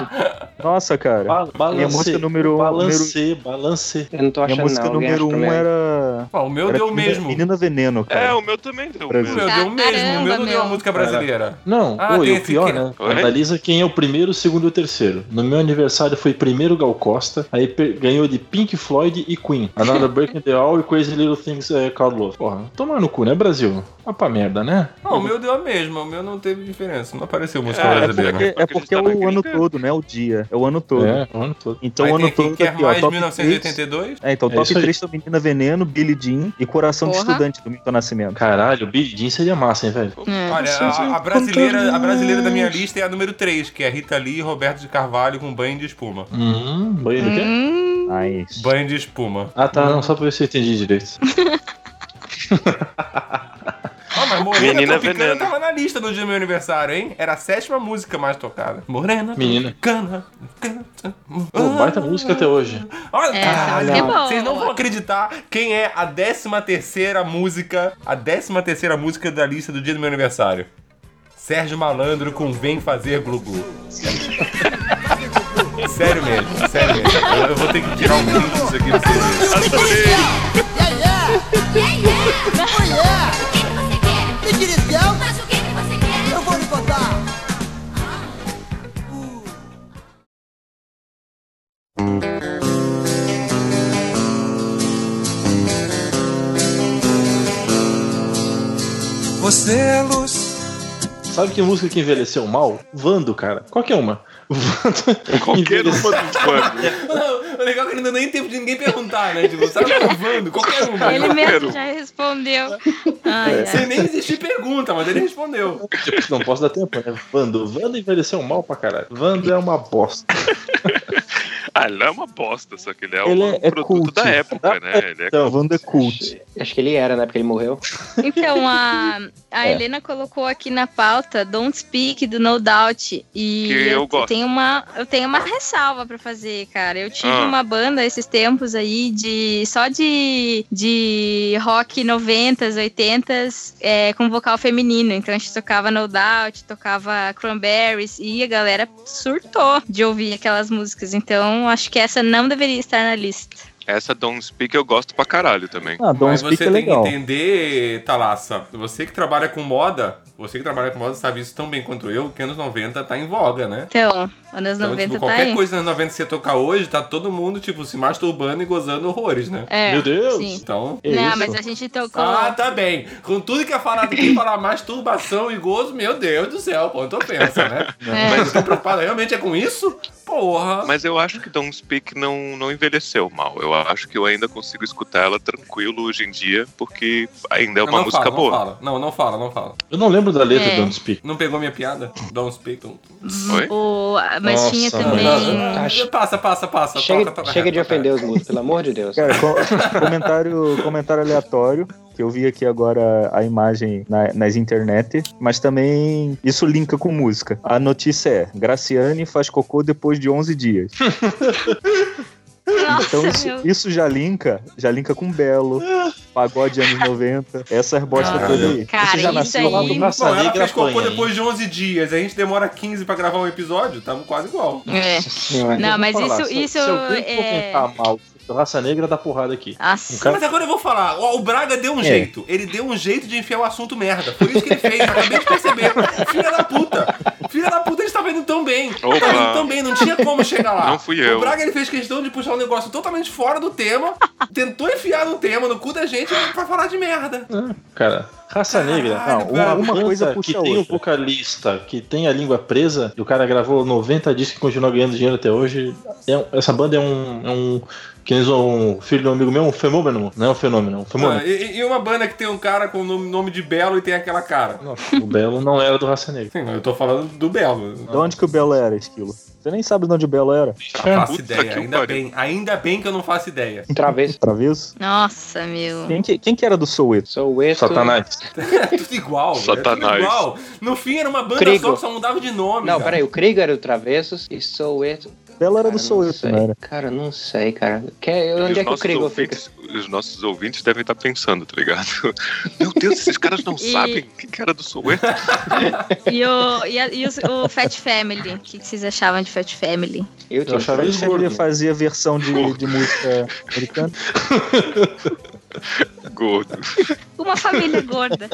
Nossa, cara.
Ba- Balance.
Minha música número-
Balance, balance.
Eu não tô
Minha
achando
música
não. alguém
número
acha
1 um
pra mim?
era.
Pô, o meu
era
deu o
Menina-
mesmo.
Menina Veneno, cara.
É, o meu também deu. o
O
mesmo.
meu deu o mesmo. O meu não
Caramba,
deu uma
meu.
música brasileira.
Não,
Ah,
oi,
tem
o
esse
pior,
aqui,
né?
Oi?
Analisa quem é o primeiro, o segundo e o terceiro. No meu aniversário foi primeiro Gal Costa, aí per- ganhou de Pink Floyd e Queen. Another Breaking the All e Crazy Little Things é Cloud Love. Porra, tomar no cu, né, Brasil? Ah, pra merda, né?
Não, o meu deu a mesma. O meu não teve diferença. Não apareceu música
É,
brasileira.
Porque- é porque é
Porque a gente
o
tá
ano
naquele
todo, né? O dia. É o ano todo.
É, o ano todo.
Então
Aí
o
tem
ano
aqui,
todo tá
Quer
aqui, ó.
mais
top 3.
1982?
É, então
É
top
isso aí.
3 são Menina Veneno, Billy Jean e Coração de
Porra.
Estudante do Milton Nascimento.
Caralho, o Billy Jean seria massa, hein, velho?
É.
Olha,
Hum.
a, a brasileira, a brasileira da minha lista é a número 3, que é Rita Lee e Roberto de Carvalho com banho de espuma.
Hum, banheiro do quê?
Hum,
Nice.
Banho de espuma.
Ah, tá, não, só pra ver se eu entendi direito.
Ah, mas Morena
Menina
Tropicana
Veneno.
tava na lista do dia do meu aniversário, hein? Era a sétima música mais tocada. Morena
Menina.
Tropicana.
Pô,
Ah.
baita música até hoje.
Olha,
Essa
caralho,
música é boa.
vocês não vão acreditar quem é a décima terceira música, a décima terceira música da lista do dia do meu aniversário. Sérgio Malandro com Vem Fazer Glu-Glu. sério mesmo, sério mesmo. Eu, eu vou ter que tirar um print disso aqui pra vocês verem.
O que que você quer? Me diz Mas o que que você quer? Eu vou
Você é luz.
Sabe que música que envelheceu mal? Vando, cara. Qualquer uma. Vando.
Qualquer uma dos bandos.
Não, o legal é que não deu nem tempo de ninguém perguntar, né? Tipo, sabe gravando, qualquer um.
ele
não
mesmo
quero.
já respondeu. Ai,
É.
ai.
Sem nem existir pergunta, mas ele respondeu.
Não posso dar tempo, né? Vando. Vando envelheceu mal pra caralho. Vando é uma bosta.
Ah, ele não é uma bosta, só que ele é
Ele
um
é- é
produto
cult.
da época, né? Ele é
Então, Wanda Cult.
Acho que ele era, né? Porque ele morreu.
Então, a, a
É.
Helena colocou aqui na pauta Don't Speak do No Doubt. E
Que eu gosto.
Tenho uma, eu tenho uma ressalva pra fazer, cara. Eu tive
Ah.
uma banda esses tempos aí de só de, de rock 90s, 80s, é, com vocal feminino. Então a gente tocava No Doubt, tocava Cranberries e a galera surtou de ouvir aquelas músicas. Então acho que essa não deveria estar na lista.
É.
Essa Don't Speak eu gosto pra caralho também.
Ah, Don't
Mas você
Speak é
tem
legal.
que entender, Talassa, você que trabalha com moda, você que trabalha com moda sabe isso tão bem quanto eu, que anos 90 tá em voga, né?
Então, anos
Então,
90
tipo,
tá
qualquer
aí.
coisa nos 90 que você tocar hoje, tá todo mundo, tipo, se masturbando e gozando horrores, né?
É,
Meu Deus!
Sim.
Então...
É
não,
isso?
mas a gente tocou.
Ah, tá bem. Com tudo que a falar tem que falar masturbação e gozo, meu Deus do céu, ponto pensa, né?
É.
Mas eu tô preocupado, realmente é com isso? Porra!
Mas eu acho que Don't Speak não, não envelheceu mal. Eu acho que eu ainda consigo escutar ela tranquilo hoje em dia, porque ainda é uma
não
música
fala,
boa.
Não, fala. não, não fala, não fala.
Eu não lembro da letra
É.
do Don't Speak.
Não pegou minha piada? Don't speak. Don't...
Oi?
O, mas
Nossa,
tinha
Tá
mano.
também.
Acho-
Passa, passa, passa.
Chega,
toca, toca,
chega de
toca.
ofender os músicos, pelo amor de Deus.
Cara, co- comentário, comentário aleatório, que eu vi aqui agora a imagem na- nas internet, mas também isso linka com música. A notícia é, Graciane faz cocô depois de 11 dias.
Nossa,
Então isso,
meu.
isso já linka, já linka com Belo, Pagode anos 90, essas bosta
Caralho.
toda aí.
Cara,
Você já
isso
nasceu
é
lá
aí-
do
Bom, ela
Maçanegra
fez cocô
Espanha, hein?
depois de 11 dias. A gente demora 15 pra gravar um episódio. Tamo quase igual.
É.
Senhora.
Não, mas
Vou falar,
isso.
se-
isso
se alguém for
é...
tentar mal, raça negra dá porrada aqui.
Nossa.
tá. Um Cara-
Mas agora eu vou falar. Ó, O Braga
É.
deu um jeito. Ele deu um jeito de enfiar o assunto merda. Foi isso que ele fez. eu Acabei de perceber. Filha da puta. Filha da puta, a gente tava indo tão bem.
Opa.
Tava indo tão bem. Não tinha como chegar lá.
Não fui eu.
O Braga ele fez questão de puxar um negócio totalmente fora do tema. Tentou enfiar no tema, no cu da gente, pra falar de merda.
Cara, raça negra.
Caralho,
não, uma,
cara, uma coisa
coisa
puxa
que
a
tem um
outra.
vocalista que tem a língua presa e o cara gravou 90 discos e continua ganhando dinheiro até hoje. É um- essa banda é um, é um. Que nem um filho de um amigo meu, um fenômeno. Não é um fenômeno, é um fenômeno.
Ah,
né?
e, e uma banda que tem um cara com o nome, nome de Belo e tem aquela cara.
Não, o Belo não era do Raça Negra.
Sim, mas eu tô falando do Belo.
De onde que o Belo era, Esquilo? Você nem sabe de onde o Belo era,
Não faço
Puta
ideia,
que o
ainda
pariu.
bem. Ainda bem que eu não faço ideia.
Travesso.
travesso?
Nossa, meu.
Quem que, quem que era do Soweto?
Sou eu.
Satanás.
É tudo igual. é tudo
Satanás.
igual. No fim era uma banda
Crigo.
só que só mudava de nome.
Não,
cara.
peraí, o Krieger era o Travessos e sou eu.
Belo era
Cara,
do
não
Soweto, né?
sei.
não era?
Cara, não sei, cara. Que,
os
onde é que o
nossos
Krieger fica?
ouvintes, Os nossos ouvintes devem estar pensando, tá ligado? Meu Deus, esses caras não
E-
sabem que cara do Soweto.
E, o, e, a- e os- o Fat Family? O que que vocês achavam de Fat Family?
Eu
Eu
tinha.
achava isso
Ele
gordo.
fazia versão de, de música americana.
é Gordo.
Uma família gorda.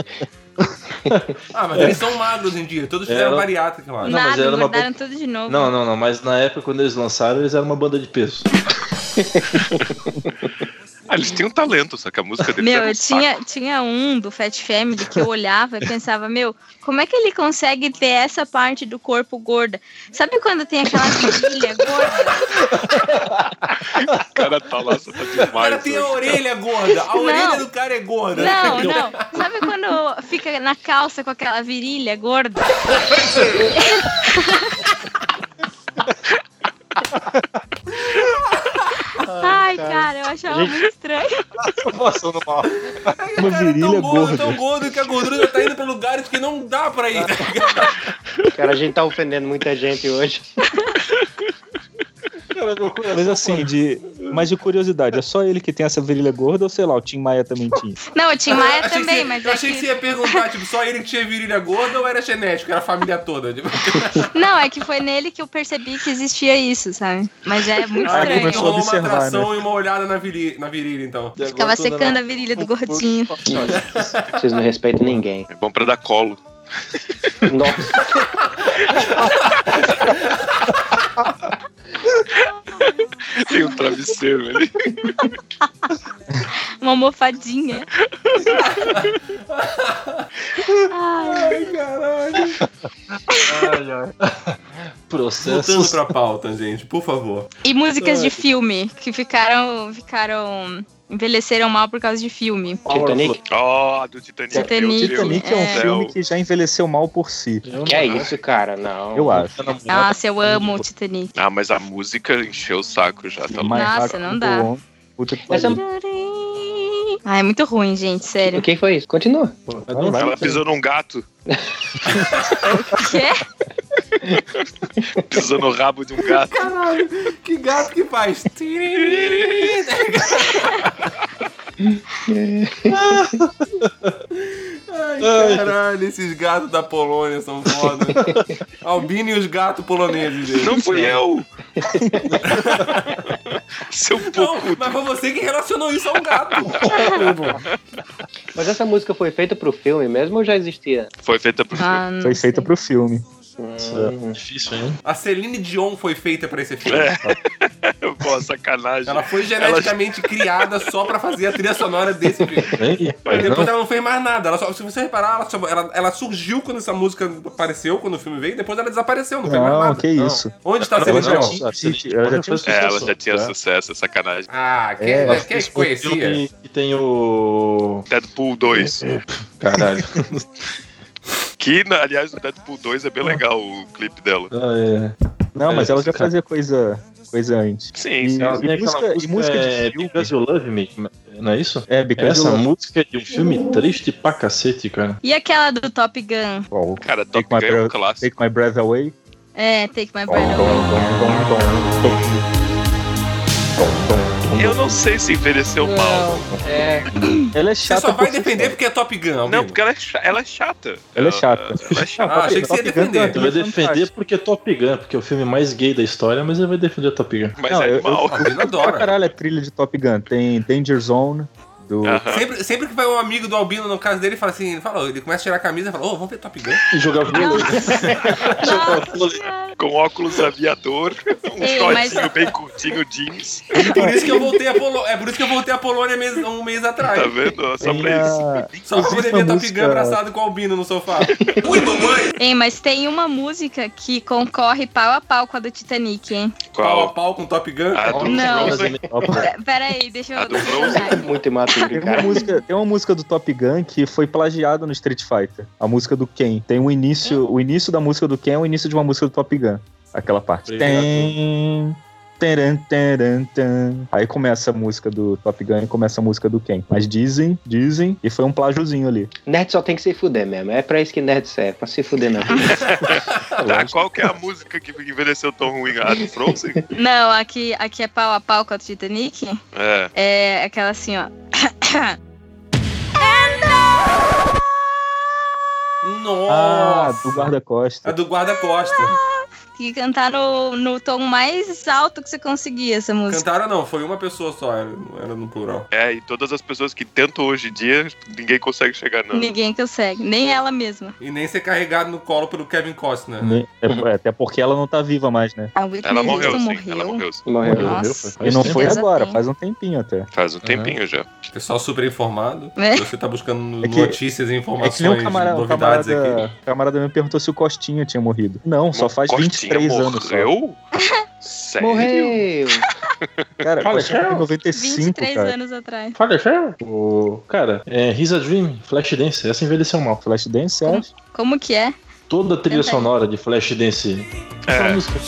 Ah, mas eles são magros hoje em dia. Todos fizeram
Era-
bariátrica,
mas
mano.
Nada,
era uma
engordaram tudo de novo.
Não, não, não, mas na época quando eles lançaram, eles eram uma banda de peso.
Ah, eles têm um talento, só que a música deles
Meu,
é um
eu tinha, tinha um do Fat Family que eu olhava e pensava, meu, como é que ele consegue ter essa parte do corpo gorda? Sabe quando tem aquela virilha gorda?
saco. O cara tá lá, só tá demais.
O cara tem a
hoje.
orelha gorda. A
Não.
orelha do cara é gorda.
Não, não. Sabe quando fica na calça com aquela virilha gorda? Ai, cara, eu achava muito estranho.
Passando mal.
Aí
Uma
o cara é
virilha
tão gordo,
gorda.
tão gordo que a gordura já tá indo pra lugares que não dá pra ir.
Cara, a gente tá ofendendo muita gente hoje.
Cara, meu coração.
Mas assim, de, mas de curiosidade, é só ele que tem essa virilha gorda ou sei lá, o Tim Maia também tinha?
Não, o Tim
Eu
Maia
achei que
também,
você-
mas
Eu
é
achei que
que...
você ia perguntar, tipo, só ele que tinha virilha gorda ou era genético? Era a família toda. Tipo,
Não, é que foi nele que eu percebi que existia isso, sabe? Mas é muito
Ah,
estranho.
começou a
rolou uma
observar,
atrção e uma olhada na virilha, na virilha então.
E agora é um
Ficava
tô andando-
secando a virilha do gordinho.
Vocês não respeitam ninguém.
É bom pra dar colo.
Nossa,
Tem um travesseiro ali.
Uma almofadinha. Ai,
Ai, ai.
Voltando
Processos.
pra pauta, gente, por favor.
E músicas de filme que ficaram, ficaram envelheceram mal por causa de filme.
Titanic?
Ó, do Titanic.
Titanic.
meu Deus.
Titanic é um
É.
filme que já envelheceu mal por si.
Que é isso, cara? Não.
Eu acho.
Nossa, eu amo o Titanic.
Ah, mas a música encheu o saco já, tá louco.
Mais
Nossa,
rápido
não dá.
do homem. Puta que
Essa-
pariu.
Ah, é muito ruim, gente, sério.
O que foi isso? Continua.
Vai, vai,
Ela
vai.
pisou num gato,
Quê?
pisou no rabo de um gato.
Caralho, que gato que faz? Ai, caralho, esses gatos da Polônia são foda. Albino e os gatos poloneses deles.
Não fui eu! Seu
Não,
pouco.
mas foi você que relacionou isso a um gato.
Mas essa música foi feita pro filme mesmo ou já existia?
Foi feita por.
Ah, não
Foi feita
sei.
pro filme.
Hum, Difícil, hein?
A Celine Dion foi feita pra esse filme.
Pô, sacanagem.
Ela foi geneticamente criada só pra fazer a trilha sonora desse filme.
Ei,
Aí
pai,
depois
não.
ela não fez mais nada. Ela só- se você reparar, ela, só- ela- ela surgiu quando essa música apareceu, quando o filme veio, e depois ela desapareceu, não fez mais
Não,
nada.
que isso.
Onde está a
Ela
Celine
já
Dion?
tinha- a Celine Dion já tinha
É, ela
sucesso,
já tinha
né?
tá?
sucesso, é sacanagem.
Ah, quem
É,
é,
acho
quem é que
O
conhecia?
filme que tem o.
Deadpool 2.
É,
Caralho.
Que, na- aliás, o Deadpool 2 é
Uhum.
bem legal o clipe dela.
Ah, é.
Não, mas
É,
ela já
cara.
fazia coisa, coisa antes.
Sim,
E-
sim.
Ela tem
e
aquela
música- e música de
é,
filme?
Because You Love Me, não é isso?
É, Because
Essa
you love
música é de um filme triste pra cacete, cara.
E aquela do Top Gun?
Bom,
Cara, Top
Take
Gun
My
é um
Breath-
clássico.
Take My Breath Away.
É, Take My
Dom, dom,
Breath Away.
dom, dom, dom.
Eu não sei se envelheceu mal.
tá
É.
Ela é
Você
chata.
só vai
por si
defender
só.
porque é Top Gun, Albino.
Não, porque ela é, cha- ela é chata.
Ela é chata.
Ela é chata.
Ah, achei que você ia
Top Gun
defender.
Tu vai
Ele é
defender
fantástico.
porque é Top Gun, porque é o filme mais gay da história, mas ele vai defender Top Gun.
Mas
Não,
é
eu-
mal.
O Albino
Pra
adora.
caralho, a trilha de Top Gun. Tem Danger Zone, do...
Aham.
Sempre, sempre que vai um amigo do Albino no caso dele, ele fala assim, ele, fala, ele começa a tirar a camisa e fala, ô, vamos ver Top Gun.
E jogar vôlei.
Nossa,
Com óculos aviador, um
Ei,
shortinho
mas-
bem curtinho, jeans.
Por isso que eu voltei a Polo... É por isso que eu voltei a Polônia mês- um mês atrás.
Tá vendo? Só
Tem
pra isso.
a-
Só pra poder
Existe
ver
uma
Top
música-
Gun abraçado com o Albino no sofá.
Hein, mas tem uma música que concorre pau a pau com a do Titanic, hein?
Pau a
Qual? Ah.
pau com Top Gun.
A do
Não.
Frozen.
Opa.
Pe- Pera aí, deixa
A
eu...
do
deixa eu
Frozen?
pensar aqui.
é Muito imaturo,
Tem uma,
cara.
música, tem uma música do Top Gun que foi plagiada no Street Fighter. A música do Ken. Tem o início. O início da música do Ken é o início de uma música do Top Gun. Aquela parte.
Obrigado.
Tem. Taran, taran, tan. Aí começa a música do Top Gun e começa a música do Ken. Mas dizem, dizem, e foi um plagiozinho ali.
Nerd só tem que se fuder mesmo. É pra isso que nerd serve, pra se fuder na vida.
Tá, qual que é a música que envelheceu tão ruim? A do Frozen?
Não, aqui, aqui é pau a pau com a do Titanic.
É.
É aquela assim, ó.
Ah,
Nossa!
do guarda-costas.
A do guarda-costa.
Tem que cantar no, no tom mais alto que você conseguir essa música.
Cantaram não, foi uma pessoa só, era, era no plural.
É, e todas as pessoas que tentam hoje em dia, ninguém consegue chegar, não.
Ninguém consegue, nem ela mesma.
E nem ser carregado no colo pelo Kevin Costner.
Né? É, até porque ela não tá viva mais, né?
A Whitney
Ela morreu,
Houston
sim.
morreu.
Ela morreu. sim.
é
Morreu.
Nossa.
E não
Deus
foi
a
agora,
tenha.
faz um tempinho até.
Faz um tempinho já.
Pessoal super informado.
É.
Você tá buscando
Uhum. É que-
notícias e
É
informações,
que nem um camarada, um
novidades
camarada,
aqui.
um camarada me perguntou se o Costinha tinha morrido. Não, só faz
Costinha
23 anos. Só.
Morreu? Sério?
Morreu.
Cara,
Fala,
Costinha tem
Cheryl.
95,
23
cara.
anos atrás.
Fala, Cheryl. O- Cara, é He's a Dream, Flashdance, essa envelheceu mal.
Flashdance, você
Hum.
acha?
Como que é?
Toda a trilha
Canta aí.
sonora de Flashdance. Essa música.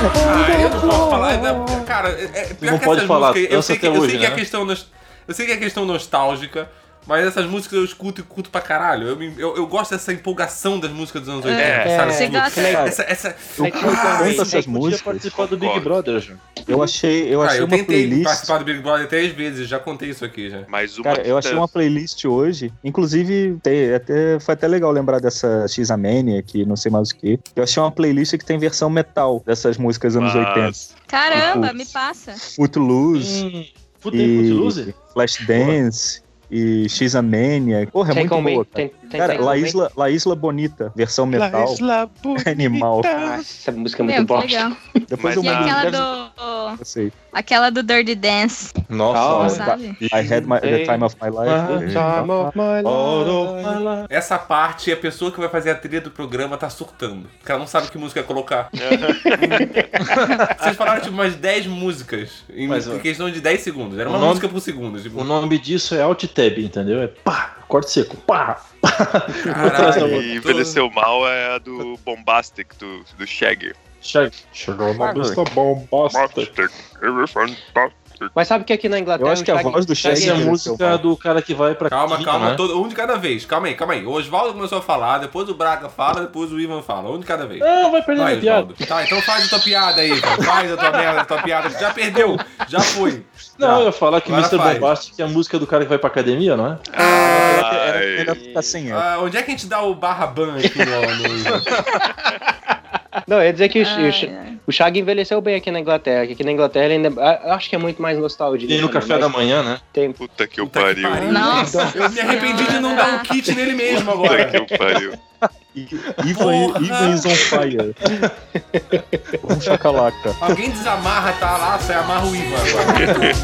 Ah, eu não posso falar. não, Cara, é, é, pior
não
que
pode
essas
falar,
músicas. Eu
dança
sei, que,
até
eu
hoje,
sei que é
né?
questão nos- eu sei que é questão nostálgica, mas essas músicas eu escuto e curto pra caralho. Eu, me- eu, eu gosto dessa empolgação das músicas dos anos 80,
É.
sabe?
Você
Tudo.
gosta?
Essa, essa...
Eu
É que-
canto
Ai,
essas
Podia
músicas.
participar do Big
Concordo.
Brother, Ju.
Eu achei, eu
Cara,
achei
Ah, eu
uma
tentei
playlist.
participar do Big Brother três vezes, já contei isso aqui já.
Mais uma.
Cara, eu achei uma playlist hoje. Inclusive, tem- é até, foi até legal lembrar dessa x Mania, que não sei mais o que. Eu achei uma playlist que tem versão metal dessas músicas anos 80.
Mas-
Caramba,
Putz.
me passa.
Footloose.
Hum, Puta,
e
e... Footloose?
Flashdance e X-Amania. Porra, é
Take
muito
on me.
boa, cara.
Take, Tem-
Cara,
tem-
La Isla, La Isla Bonita, versão metal.
Isla Bonita.
Animal.
Ah, essa música é muito
Meu, que
bosta.
legal.
Depois
Mas
eu
E
a-
mando.
aquela
deve-
do.
Eu sei.
Aquela do Dirty Dance,
Nossa,
Calma.
sabe?
I had my, the
Ei.
time of my
Ah, tá.
life.
Time of my life.
Essa parte, a pessoa que vai fazer a trilha do programa tá surtando. Porque ela não sabe que música colocar. Vocês falaram, tipo, umas 10 músicas. Em
Mas, ó,
questão de 10 segundos. Era uma
o nome-
música por segundo. Tipo,
o nome disso é alt tab, entendeu? É pá, corte seco, pá, tá
caralho.
E envelheceu mal é a do Bombastic, do, do Shaggy.
Chega- Chegou uma besta bombástica.
Mas sabe que aqui na Inglaterra.
Eu acho que a voz do
Shaggy
Essa é a
Shaggy-
música do cara que vai pra
Calma,
Quinta,
calma,
né?
todo, um de cada vez. Calma aí, calma aí. O Oswaldo começou a falar, depois o Braga fala, depois o Ivan fala. Um de cada vez.
Não, vai perder
Vai,
minha É, piada.
Oswaldo. Tá, então faz a tua piada aí, cara. Faz a tua merda, a tua piada. Já perdeu, já foi.
Não,
Tá.
eu ia falar que
Agora
Mr.
faz.
Bombastic é a música do cara que vai pra academia, não é?
Era
Ai,
melhor ficar sem ela.
Ah, onde é que a gente dá o barra ban aqui no, no Ivan?
Não, eu ia dizer que o,
Ai,
o, Sh- o Shaggy envelheceu bem aqui na Inglaterra. que Aqui na Inglaterra ele ainda. a- Eu acho que é muito mais nostalgia.
Tem no
também,
café da
mas
manhã, né?
Tem...
puta que eu
Puta que
pariu.
pariu.
Nossa
Eu me arrependi de não dar um kit nele mesmo
Puta
agora.
que eu pariu.
Ivan Ivan is on fire. Um chacalaca.
Alguém desamarra, tá lá, sai, amarra o Ivan agora.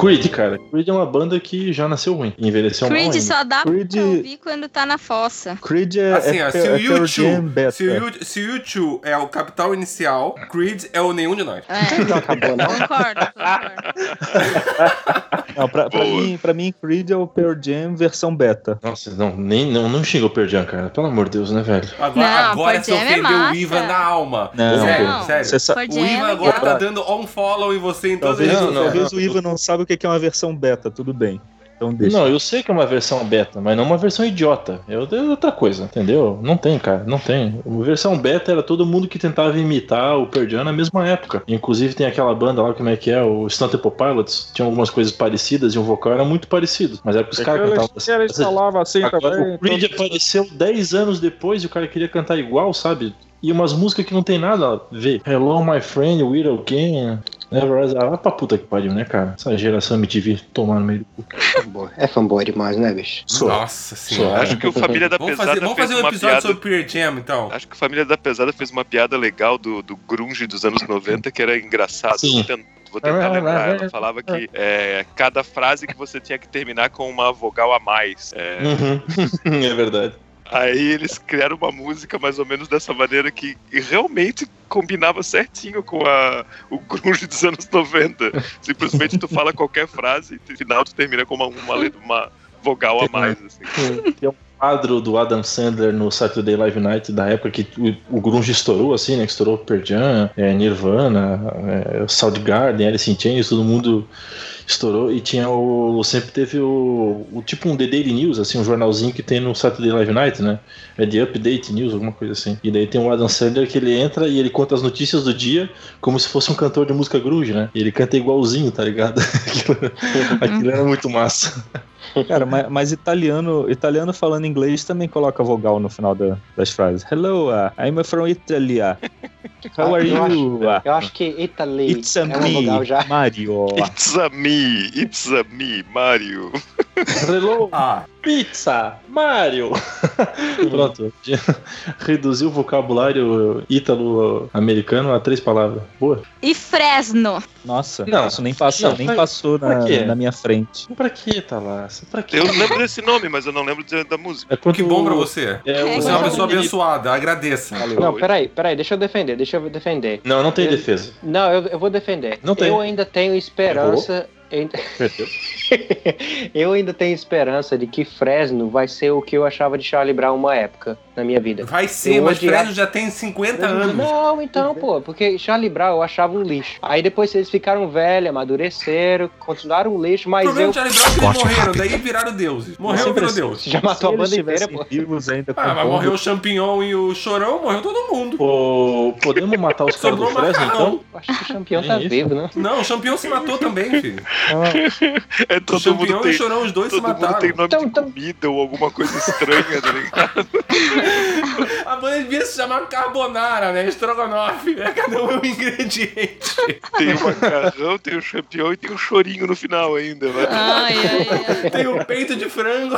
Creed, cara. Creed é uma banda que já nasceu ruim. Envelheceu mal
Creed
ainda.
só dá
Creed-
pra ouvir quando tá na fossa.
Creed é,
Assim,
é,
ó,
é,
se o
Pearl Jam
YouTube,
beta.
se o U- se o YouTube é o capital inicial, Creed é o nenhum de nós.
É,
Não acabou, não.
concordo, concordo.
Não, pra, pra
Boa.
mim, pra mim, Creed é o Pearl Jam versão beta.
Nossa, não, nem, não, não xinga o Perdian, cara. Pelo amor de Deus, né, velho?
Agora,
Não,
agora
Pearl
você
Jam é
ofendeu o
massa.
Ivan na alma.
Não,
sério,
pô.
sério.
Você sa-
Pearl
O
Jam é
Ivan agora
legal.
tá dando on follow em você em todas
Talvez,
as
Não, não,
talvez
não.
o Ivan não saiba o que é uma versão beta, tudo bem. Então deixa.
Não, eu sei que é uma versão beta, mas não uma versão idiota. É outra- é outra coisa, entendeu? Não tem, cara, não tem. Uma versão beta era todo mundo que tentava imitar o Perdian na mesma época. Inclusive tem aquela banda lá, como é que é? O Stone Temple Pilots. Tinha algumas coisas parecidas e o vocal era muito parecido. Mas era porque
É
É
os caras cantavam assim.
assim
Agora, o
então.
Creed apareceu 10 anos depois e o cara queria cantar igual, sabe? E umas músicas que não tem nada a ver. Hello, my friend, we're again. Never as... Ah, pra puta que pariu, né, cara? Essa geração MTV tomar no meio do cu.
É fanboy demais, né, bicho?
Nossa senhora.
Acho que o Família da
Vamos
Pesada
fazer, vamos
fez
fazer um
uma
episódio
piada...
sobre Pearl Jam, então.
Acho que a Família da Pesada fez uma piada legal do, do grunge dos anos 90 que era engraçado.
Sim.
Vou ten- Vou tentar lembrar. Ela falava que é, cada frase que você tinha que terminar com uma vogal a mais. É,
Uhum. é verdade.
aí eles criaram uma música mais ou menos dessa maneira que realmente combinava certinho com a, o grunge dos anos 90. Simplesmente tu fala qualquer frase e no final tu termina com uma, uma, letra- uma vogal a mais. assim.
Tem um quadro do Adam Sandler no Saturday Live Night da época que o, o grunge estourou, assim, né? Que estourou Pearl Jam, é, Nirvana, é, Soundgarden, Alice in Chains, todo mundo estourou. E tinha o... Sempre teve o, o tipo um The Daily News, assim, um jornalzinho que tem no Saturday Live Night, né? É de Update News, alguma coisa assim. E daí tem o Adam Sandler que ele entra e ele conta as notícias do dia como se fosse um cantor de música grunge, né? E ele canta igualzinho, tá ligado? aquilo, aquilo era muito massa.
Cara, mas, mas italiano, italiano falando inglês também coloca vogal no final da- das frases. Hello, ah, I'm from Italy. ah. How are
Eu acho-
you? ah?
Eu acho que Italy
It's a
é uma vogal
me,
já.
Mario.
It's a me, it's a me, Mario.
Hello,
Ah,
Pizza, Mario. Pronto. Reduziu o vocabulário ítalo-americano a três palavras. Boa.
E Fresno.
Nossa,
Não,
isso nem passou,
não,
nem
pra-
passou na,
pra quê?
na minha frente.
Pra que, Thalassa? Pra que?
Eu lembro desse nome, mas eu não lembro de- da música.
É quando-
que bom pra você.
É, o-
Você é uma pessoa abençoada, agradeça.
Não, peraí, peraí, deixa eu defender, deixa eu defender.
Não, não tem defesa.
Não, eu, eu vou defender.
Não tem.
Eu ainda tenho esperança. em-
Perdeu.
eu ainda tenho esperança de que Fresno vai ser o que eu achava de Charlie Brown uma época na minha vida.
Vai ser,
Eu
mas
odiava-
Fresno já tem 50 anos.
Não, então, pô, porque Charlie Brown eu achava um lixo. Aí depois eles ficaram velhos, amadureceram, continuaram um lixo,
O
mas
problema
eu.
do Charlie Brown é que eles morreram, daí viraram deuses. Morreu,
Você
assim.
virou
precisa-
deus.
Já matou a
Se eles
banda inteira,
estivessem
pô.
vivos ainda
Ah, mas
compondo-
morreu o Champignon e o Chorão, morreu todo mundo.
Pô, podemos matar os caras do
Sobrou
Fresno,
macarrão.
então?
Acho que o campeão
Nem
tá
isso.
vivo, né?
Não, o Champion se matou também, filho.
É todo
Champignon
mundo
e
tem,
Chorão, os dois se
todo mundo
mataram.
tem nome
Então,
de comida ou alguma coisa estranha, tá ligado?
A banda devia se chamar Carbonara, né? Estrogonofe, né? Cada um é um ingrediente.
Tem o macarrão, tem o champignon e tem o chorinho no final ainda, né?
Ai, ai, ai.
Tem o peito de frango.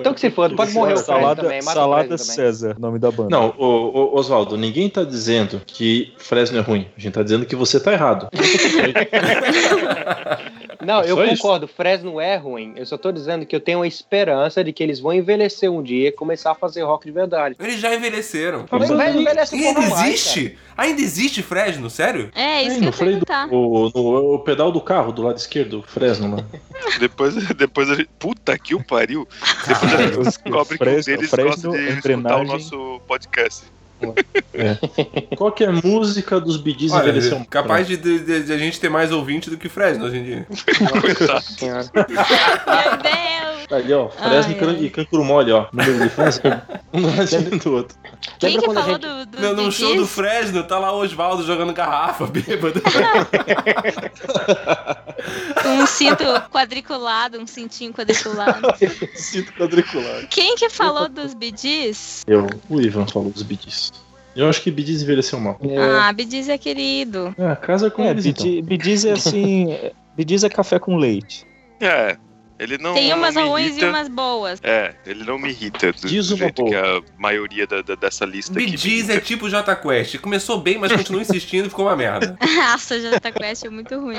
Então que se foda, pode morrer o Fred
Salada,
também. Mata o
Salada é
Fred também.
César, nome da banda.
Não, ô, ô, Oswaldo, ninguém tá dizendo que Fresno é ruim. A gente tá dizendo que você tá errado.
Não, eu
Só isso?
concordo, Fresno é ruim. Eu só tô dizendo que eu tenho a esperança de que eles vão envelhecer um dia e começar a fazer rock de verdade.
Eles já envelheceram.
Mas velho, envelhece um
E ainda
pouco mais,
existe? Ainda existe Fresno, sério?
É, isso
Aí,
que eu
no
ia
freio do-
perguntar.
o, no- o pedal do carro do lado esquerdo, Fresno lá.
Depois, depois a gente. Puta que o pariu! Depois a gente descobre que um
Fresno-
deles gosta
Fresno,
de escutar o
engrenagem.
nosso podcast.
Qual que é a música dos Bidis
Olha, é
envelheceu? muito?
capaz de, de- de a gente ter mais ouvinte do que Fresno hoje em dia.
Coitado.
Senhora.
Meu Deus!
Tá Ali, ó, Fresno
Ai,
e Can-
ai.
e Cancro Mole, ó. Número de fãs. Um do lado do outro.
Quem
Lembra
que
quando a
falou do,
gente-
do
No, num
dos
show do
Bee
Fresno, tá lá o Osvaldo jogando garrafa, bêbado.
Gees? Um cinto quadriculado, um cintinho quadriculado.
Sinto quadriculado.
Quem que falou dos bidis?
Eu, o Ivan falou dos Bidis. Eu acho que Bidis envelheceu mal.
Ah, bidis é querido.
É, casa com
É,
eles, então.
Bidi- Bidiz é assim. é- Bidiz é café com leite.
É. Ele não.
Tem umas
não me
ruins
irrita.
e umas boas.
É, ele não me irrita do,
Diz
do
uma
jeito
boa.
que a maioria da- da- dessa lista aqui. me
Bidiz é
irrita.
tipo Jota Quest. Começou bem, mas continua insistindo e ficou uma merda.
Nossa, Jota Quest é muito ruim.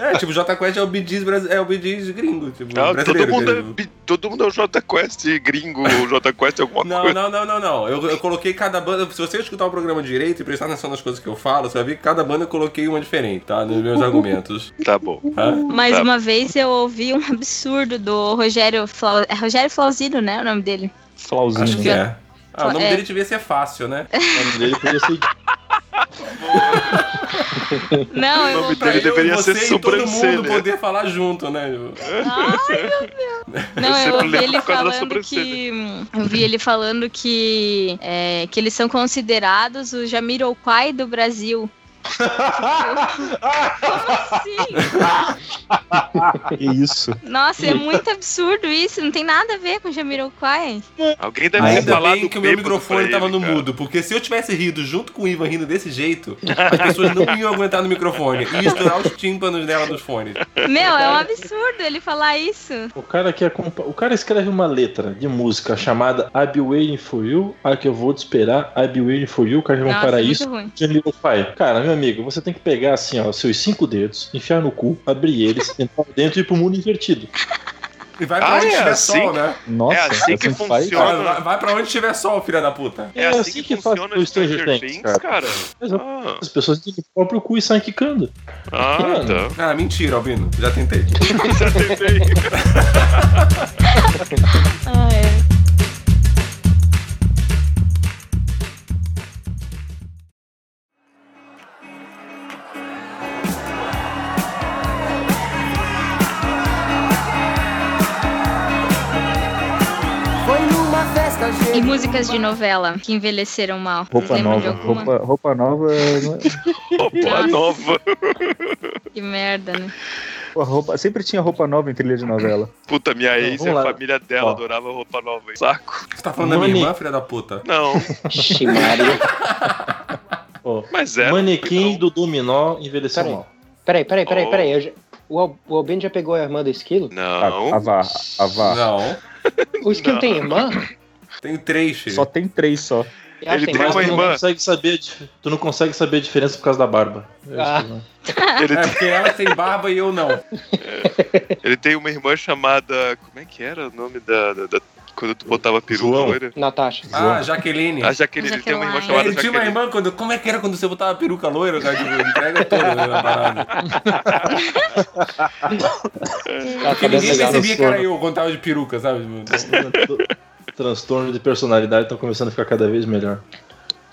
É, tipo, Jota Quest é o Bidiz brasi- é o Bidiz gringo, tipo,
Não, todo,
brasileiro.
mundo é,
entendeu?
bi- todo mundo é o Jota Quest gringo, o Jota Quest é alguma
Não,
coisa.
não, não, não, não. Eu, eu coloquei cada banda. Se você escutar o programa direito e prestar atenção nas coisas que eu falo, você vai ver que cada banda eu coloquei uma diferente, tá? Nos meus argumentos.
Tá bom.
Tá?
Mais
Tá.
uma vez eu ouvi um absurdo do Rogério Flau... é Rogério Flauzino, né? O nome dele.
Acho
Flauzinho.
que
né?
é. Ah, o nome
É.
dele devia ser fácil, né?
O nome dele podia ser
Não, eu
nome
ouvi.
dele
eu,
deveria
você
ser
e todo mundo
sobrancelha.
poder falar junto, né? Ju?
Ai, meu Deus. Não, eu
sempre
ouvi
lembro
ele
por causa da
falando
sobrancelha.
que. hum, Eu vi ele falando que. é, que eles são considerados o Jamiroquai do Brasil. Como assim?
Que isso.
Nossa, é muito absurdo isso. Não tem nada a ver com Jamiroquai.
Alguém deve ter
Ainda
falado
bem que o meu
bêbado
microfone
pra
tava
ele,
no
cara.
mudo, porque se eu tivesse rido junto com o Ivan rindo desse jeito, as pessoas não iam aguentar no microfone. Ia estourar os tímpanos dela dos fones.
Meu, é um absurdo ele falar isso.
O cara, que é compa- o cara escreve uma letra de música chamada I'll Be Waiting For You, A Que Eu Vou Te Esperar, I'll Be Waiting For You, Carregão
Nossa, é
Paraíso,
muito ruim.
Jamiroquai. Cara, meu amigo, você tem que pegar assim, ó, seus cinco dedos, enfiar no cu, abrir eles, entrar dentro e ir pro mundo invertido.
E vai pra
Ah,
onde
é
tiver
assim?
sol, né?
Nossa,
É assim que
faz.
funciona.
Cara, vai, vai pra onde tiver sol, filha da puta.
É, assim, que, funciona o Stranger Things, cara.
Mas, ó,
Ah,
As pessoas têm o próprio cu e saem quicando.
ah, tá.
Ah, mentira, Albino. Já tentei.
Já tentei.
Ah, é. E músicas de novela que envelheceram mal.
Roupa
Lembra
nova.
de alguma?
Roupa, roupa nova. né?
Opa,
Nossa.
nova.
Que merda, né?
Pô, roupa- sempre tinha roupa nova em trilha de novela.
Puta, minha ex,
vamos
a
lá.
família dela
Ó.
adorava roupa nova. hein? Saco.
Você tá falando da minha
Mani.
irmã, filha da puta?
Não,
Ixi, Maria.
Ó,
mas é.
Manequim do Dominó envelheceu
Peraí.
mal.
Peraí, peraí, peraí,
Oh.
peraí. eu já- O, Al- o Albino já pegou a irmã do esquilo?
A, a
Não.
vá, a vá.
Não.
O esquilo
Não.
tem irmã?
Tenho três, filho.
Só tem três só.
Eu acho
Ele
que
tem
mais um
uma
que
Tu
irmã.
não, consegue saber, a dif- tu não consegue saber a diferença por causa da barba.
Ah.
Ele,
É, porque ela tem barba e eu não.
ele tem uma irmã chamada. Como é que era o nome da. da- da- quando tu botava peruca
João.
loira?
Natasha.
Ah, Jaqueline.
A Jaqueline, ele tem uma irmã
Jaqueline.
É,
chamada
Ele tinha uma
Jaqueline.
irmã quando. Como é que era quando você botava a peruca loira, cara? Tipo, entrega toda né, na parada.
Ela
Porque
tá
ninguém
desligada.
percebia que era eu quando tava de peruca, sabe?
transtorno de personalidade estão começando a ficar cada vez melhor.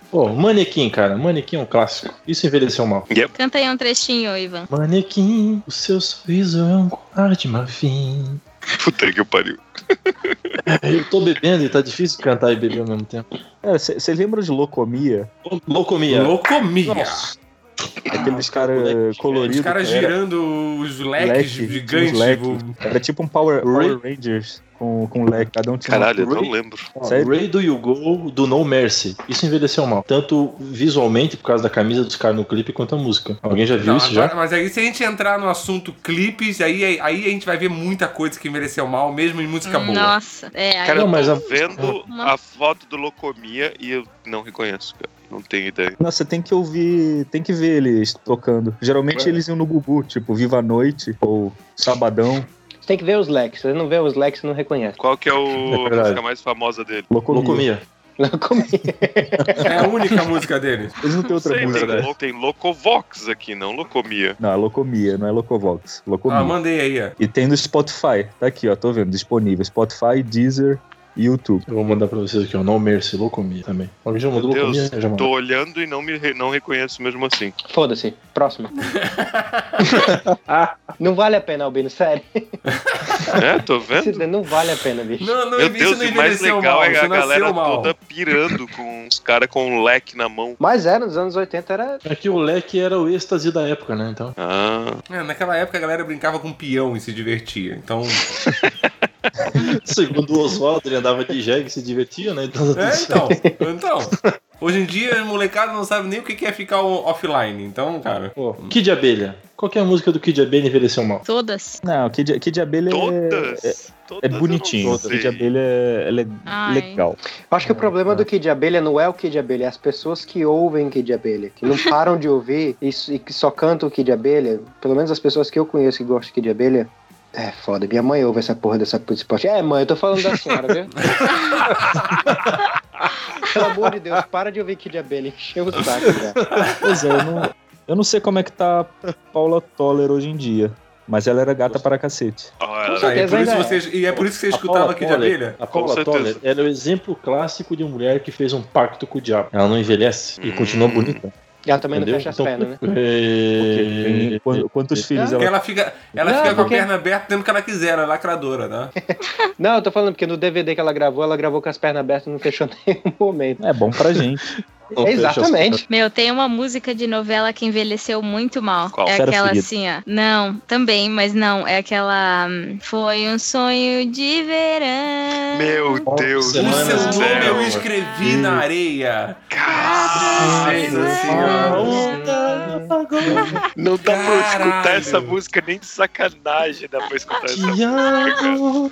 Pô, manequim, cara. Manequim é um clássico. Isso envelheceu mal.
Canta aí um trechinho, Ivan.
Manequim, o seu sorriso é um colar de marfim.
Puta que pariu.
Eu tô bebendo e tá difícil cantar e
É,
beber ao mesmo tempo.
Você lembra de Locomia?
Ô, Loucomia.
Loucomia.
Nossa.
Aqueles caras coloridos.
Ah, Os caras
cara.
girando os leques
Leque,
gigantes.
uns leques.
tipo,
Era tipo um Power, Power Rangers com, com leque. Cada um tinha um
Caralho, eu
leque.
não lembro.
Ó,
Sério?
Ray do You Go do No Mercy. Isso envelheceu mal. Tanto visualmente, por causa da camisa dos caras no clipe, quanto a música. Alguém já viu
Não,
isso
agora-
já?
Mas aí se a gente entrar no assunto clipes, aí, aí a gente vai ver muita coisa que mereceu mal, mesmo em música boa.
Nossa, é. aí-
Cara,
Não,
eu
mas
tô
a-
vendo
Uma-
a foto do Locomia e eu não reconheço, cara. Não tenho ideia.
Não, você tem que ouvir, tem que ver eles tocando. Geralmente eles iam no Gugu, tipo Viva a Noite ou Sabadão,
Você tem que ver os leques. Se você não vê os leques, você não reconhece.
Qual que é o,
É
a
verdade.
música mais famosa dele?
Locomia.
Locomia.
Não comi.
É a única música dele.
Eles não têm outra
Sei,
música.
tem,
né?
verdade.
lo, tem Locovox aqui, não Locomia.
Não, é Locomia, não é Locovox. Locomia.
Ah, mandei aí, ó.
E tem no Spotify. Tá aqui, ó. Tô vendo. Disponível. Spotify, Deezer e YouTube.
Eu vou mandar pra vocês aqui, ó. No Mercy, Locomia também. Alguém já mandou
Meu Deus,
Locomia? Já mandou.
Tô olhando e não me re- não reconheço mesmo assim.
Foda-se. Próxima. Ah, não vale a pena, Albino. Sério.
É, tô vendo.
Não vale a pena, bicho.
Não, não,
Meu
isso
Deus,
não
e o mais
envelheceu
legal
mal,
é
isso
a galera
nasceu mal.
toda pirando com os caras com um leque na mão.
Mas era, nos anos 80 era.
É que o leque era o êxtase da época, né? Então.
Ah,
É, naquela época a galera brincava com peão e se divertia. Então,
Segundo o Oswaldo, ele andava de jegue e se divertia, né? Então,
é, então, então. Hoje em dia, os molecada não sabe nem o que que é ficar o- offline. Então, cara.
Ó, Kid Abelha. Qual que é a música do Kid Abelha envelheceu mal?
Todas.
Não, Kid, Kid Abelha é,
todas.
é,
todas
é
eu não
bonitinho.
sei.
Kid Abelha é, ela é
Ai.
legal.
Acho que o problema do Kid Abelha não é o Kid Abelha, é as pessoas que ouvem Kid Abelha, que não param de ouvir e, s- e que só cantam Kid Abelha. Pelo menos as pessoas que eu conheço que gostam de Kid Abelha. É foda, minha mãe ouve essa porra dessa puta esporte. É, mãe, eu tô falando da senhora, viu? Pelo amor de Deus, para de ouvir Kid Abelha, encheu o saco já.
Pois é, eu não, eu não sei como é que tá a Paula Toller hoje em dia. Mas ela era gata para cacete.
Ah,
Com
ela-
Aí,
certeza
por isso
ainda é.
vocês, e é por isso que você
A né?
escutava
Paula
aqui de
Toller-
abelha?
A
Com
Paula
certeza.
Toller era o exemplo clássico de uma mulher que fez um pacto com o diabo. Ela não envelhece e
Hum.
continua bonita.
Ela também
Entendeu?
não fecha as pernas, né?
Porque
É...
tem- quan- quantos filhos
Porque
ela
ela fica, ela
Não,
fica com a
porque-
perna aberta tempo que ela quiser, ela é lacradora, né?
Não, eu tô falando porque no DVD que ela gravou, ela gravou com as pernas abertas e não fechou nenhum momento.
É bom pra gente.
não fecha as
Exatamente.
Meu, tem uma música de novela que envelheceu muito mal.
Qual?
É
Fera
aquela
Ferida.
assim, ó. Não, também, mas não. É aquela. hum, Foi um sonho de verão.
Meu Deus
O
do
Semana
seu nome
zero.
eu
céu.
escrevi na areia.
Caralho.
Nossa senhora.
Não dá pra eu escutar
Caralho.
essa música nem de sacanagem. Dá pra eu escutar essa música. cara.
Diabo,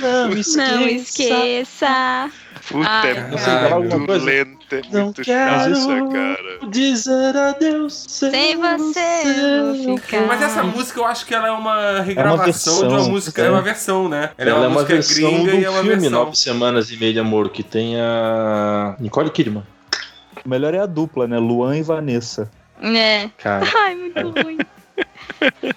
não esqueça.
Não esqueça.
Puta,
Ah,
Ai,
é muito
cara.
Alguma coisa?
lenta, é
Não
muito
quero.
chata, cara.
Dizer adeus sem,
Sem você eu vou ficar.
Mas essa música eu acho que ela é uma regravação de uma
versão,
música.
né?
É uma versão, né? Ela, é uma, música
versão
gringa
do
e é uma
filme
versão.
Nove Semanas e Meia de Amor, que tem a Nicole Kidman.
O melhor é a dupla, né? Luan e Vanessa.
É.
Cara,
Ai, muito ruim.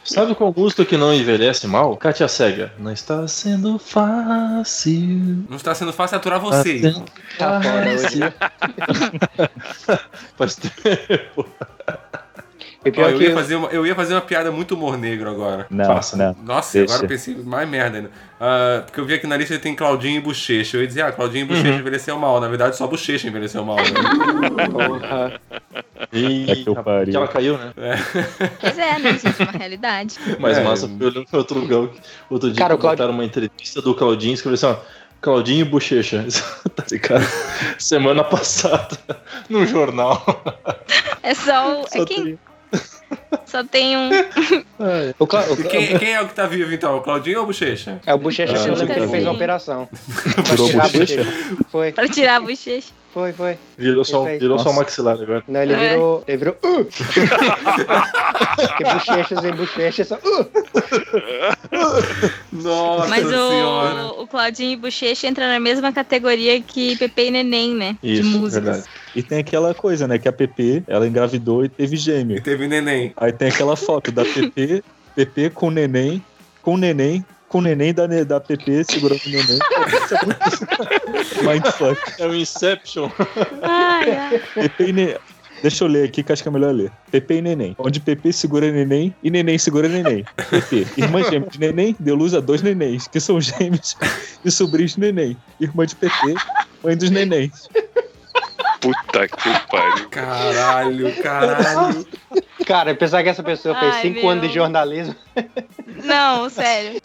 sabe qual música que não envelhece mal? Katia Sega. Não está sendo fácil.
Não está sendo fácil aturar vocês.
Tá sendo
Tá fora hoje.
Faz tempo.
E
Ó,
pior
eu,
que
ia fazer uma, eu ia fazer uma piada muito humor negro agora.
Não,
Faça.
não.
Nossa,
Deixa.
agora eu pensei mais merda ainda. Ah, porque eu vi aqui na lista que tem Claudinho e Bochecha. Eu ia dizer, ah, Claudinho e Bochecha envelheceu mal. Na verdade, só Bochecha envelheceu mal. Né?
porra.
Ih,
É que eu
rapaz,
pariu.
que ela caiu, né?
Pois é, né, gente? Uma realidade.
Mas
É.
massa, foi olhando pra outro lugar. que- Outro dia
Cara, o
que
Claudi-
botaram uma entrevista do Claudinho e escreveram assim, ó, Claudinho e Bochecha. Tá ligado? Semana passada, num jornal.
É só o.
Só
é quem?
tem-
Só tem um.
Ai,
O Cla- o-
E quem, quem é o que tá vivo então? O Claudinho ou Bochecha?
É o Bochecha,
Ah,
que eu lembro que ele
sim.
fez uma operação.
Tirou
Pra tirar
a bochecha?
Foi,
Pra tirar a bochecha.
foi, foi.
Virou só,
Perfeito.
virou só o
Nossa.
maxilar agora.
Não, ele
É.
virou. Ele virou. Uh! Porque bochechas em bochechas são. Uh!
Nossa
Mas
senhora.
o, o Claudinho e Bochecha entra na mesma categoria que Pepe e Neném, né? de
Isso,
músicas.
verdade.
E tem aquela coisa, né? Que a Pepe, ela engravidou e teve
E
gêmeo.
teve neném.
Aí tem aquela foto da Pepe, Pepe com neném, com neném, com neném da, ne- da Pepe segurando o neném. Pô, Isso é muito mindfuck.
É o Inception.
Ai, ai.
Pepe e neném. Deixa eu ler aqui que acho que é melhor ler. Pepe e neném. Onde Pepe segura neném e neném segura neném. Pepe, irmã gêmea de neném, deu luz a dois nenéns, que são gêmeos e sobrinhos de neném. Irmã de Pepe, mãe dos nenéns.
Puta que pariu.
Caralho, caralho.
Cara, pensar que essa pessoa fez
Ai,
cinco
meu.
anos de jornalismo.
Não, sério.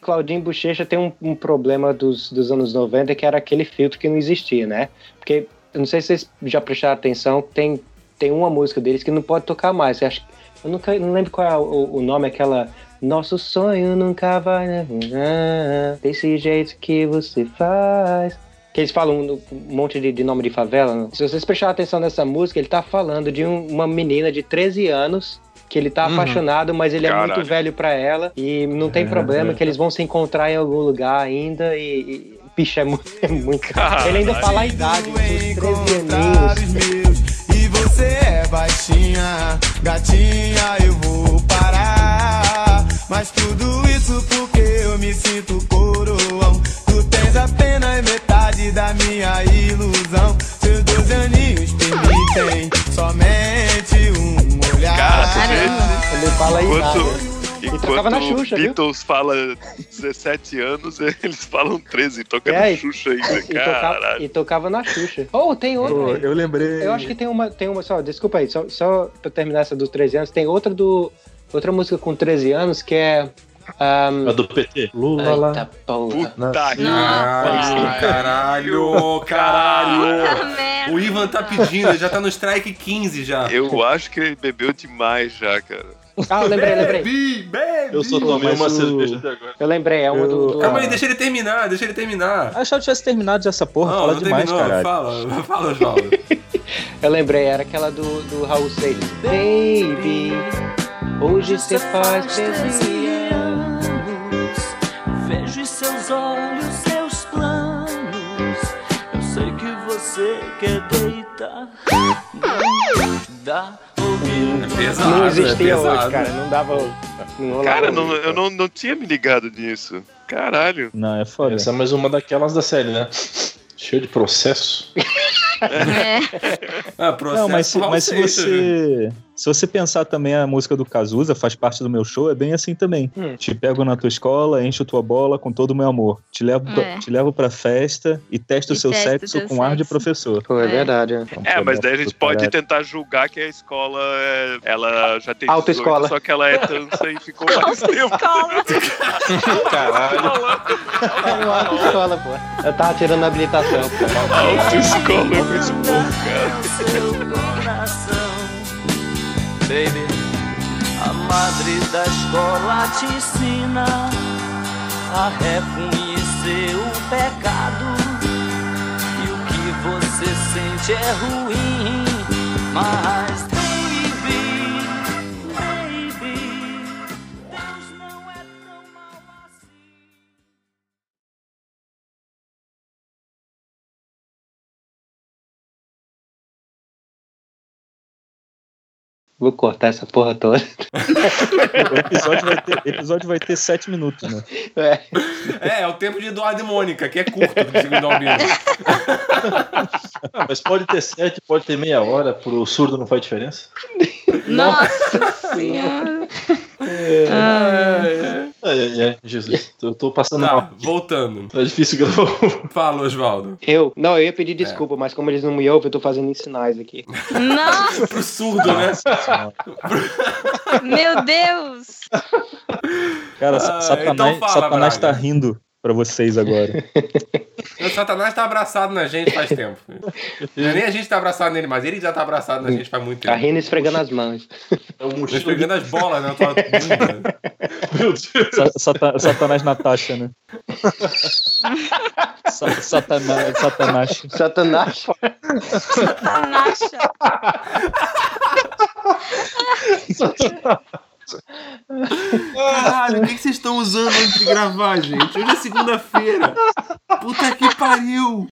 Claudinho Bochecha tem um, um problema dos, dos anos 90 que era aquele filtro que não existia, né? Porque, eu não sei se vocês já prestaram atenção, tem, tem uma música deles que não pode tocar mais. Eu, acho, eu nunca, não lembro qual é o, o nome, aquela. Nosso sonho nunca vai. terminar Desse jeito que você faz. Que eles falam no- um monte de, de nome de favela. né? Se vocês prestarem atenção nessa música, ele tá falando de um- uma menina de 13 anos que ele tá
Uhum.
apaixonado, mas ele é
Caralho.
muito velho pra ela e não tem
É,
problema
é.
que eles vão se encontrar em algum lugar ainda e, e bicho, é muito, é muito.
Caralho.
Ele ainda fala a idade, os 13
encontrar os
aninhos.
meus. E você é baixinha, gatinha, eu vou parar. Mas tudo isso porque eu me sinto coroão. Tu tens apenas metade da minha ilusão. Seus doze aninhos permitem somente um olhar.
Cara, tu
Ele fala a idade.
Enquanto,
tocava na
enquanto
Xuxa, viu?
Beatles fala 17 anos, eles falam 13, tocando
É, e-
Xuxa ainda.
E tocava,
Caralho.
e tocava na Xuxa. Ou tem outra.
eu lembrei.
Eu acho que tem uma, tem uma só, desculpa aí, só, só pra terminar essa dos 13 anos, tem outra do. Outra música com 13 anos que é. Um,
A do PT. Lula
tá.
lá.
porra.
Puta que
Caralho, caralho, caralho.
Puta merda.
Ah, O Ivan tá pedindo, ele já tá no strike 15 já.
Eu acho que ele bebeu demais já, cara.
Ah, eu lembrei, eu lembrei.
Bebe, bebe.
Eu só tomei
Mas
uma
o-
cerveja até agora.
Eu lembrei, é uma do. do-
Calma aí, deixa ele terminar, deixa ele terminar.
Achava que tivesse terminado essa porra,
Não,
fala
não
demais,
terminou.
caralho.
Fala, fala, Osvaldo.
Eu lembrei, era aquela do, do Raul Seixas. Baby, hoje você faz 13 anos.
Vejo seus olhos, seus planos. Eu sei que você quer deitar. Não dá ouvir.
É pesado,
Não
é
existia
pesado.
hoje, cara. Não dava. Não rolava.
Cara, não- eu não, não tinha me ligado nisso. Caralho.
Não, é foda.
Essa é mais uma daquelas da série, né? Cheio de processo.
É.
Ah, processo
Não, mas, se,
Raul
mas se
Seixas, viu?
você. Se você pensar também a música do Cazuza, faz parte do meu show, é bem assim também.
Hum.
Te pego na tua escola, encho tua bola com todo o meu amor. Te levo, pra,
É.
te levo pra festa e testo o
E
seu
testo
sexo
teu
com ar de
sexo.
professor.
Pô, é
É.
verdade. é.
Então,
É,
pô,
mas
né,
daí a gente
do
pode
caralho.
tentar julgar que a escola é, ela já tem 18,
Autoescola.
só que ela é trança e ficou mais tempo.
Escola.
Caralho.
Eu acho que escola, pô. Eu tava tirando a habilitação, pô.
Autoescola é muito bom, cara.
no seu coração. Baby, a madre da escola te ensina a reconhecer o pecado. E o que você sente é ruim, mas baby, baby, Deus não é tão mau assim.
Vou cortar essa porra toda.
O episódio vai ter, episódio vai ter sete minutos, né?
É.
É, é o tempo de Eduardo e Mônica, que é curto, segundo o Albino.
Ah, mas pode ter sete, pode ter meia hora, pro surdo não faz diferença.
Nossa senhora.
É, é, é, Jesus. Eu tô passando
Tá,
mal.
voltando.
Tá difícil gravar.
Fala, Osvaldo.
Eu? Não, eu ia pedir desculpa, mas como eles não me ouvem, eu tô fazendo em sinais aqui.
Nossa,
Pro surdo, né?
meu Deus.
Cara,
Ah,
Satanás,
então fala,
Satanás tá
Braga.
rindo pra vocês agora.
O Satanás tá abraçado na gente faz tempo. Não é nem a gente tá abraçado nele, mas ele já tá abraçado na gente faz muito
Tá
tempo.
rindo e esfregando as mãos.
É um
Tô pegando as bolas né? na tua bunda.
Meu Deus.
Sa- Sata- Satanás Natasha, né? Sa- Satanás, Satanás.
Satanás.
Tá Natasha.
Caralho, o que que vocês estão usando antes de gravar, gente? Hoje é segunda-feira. Puta que pariu.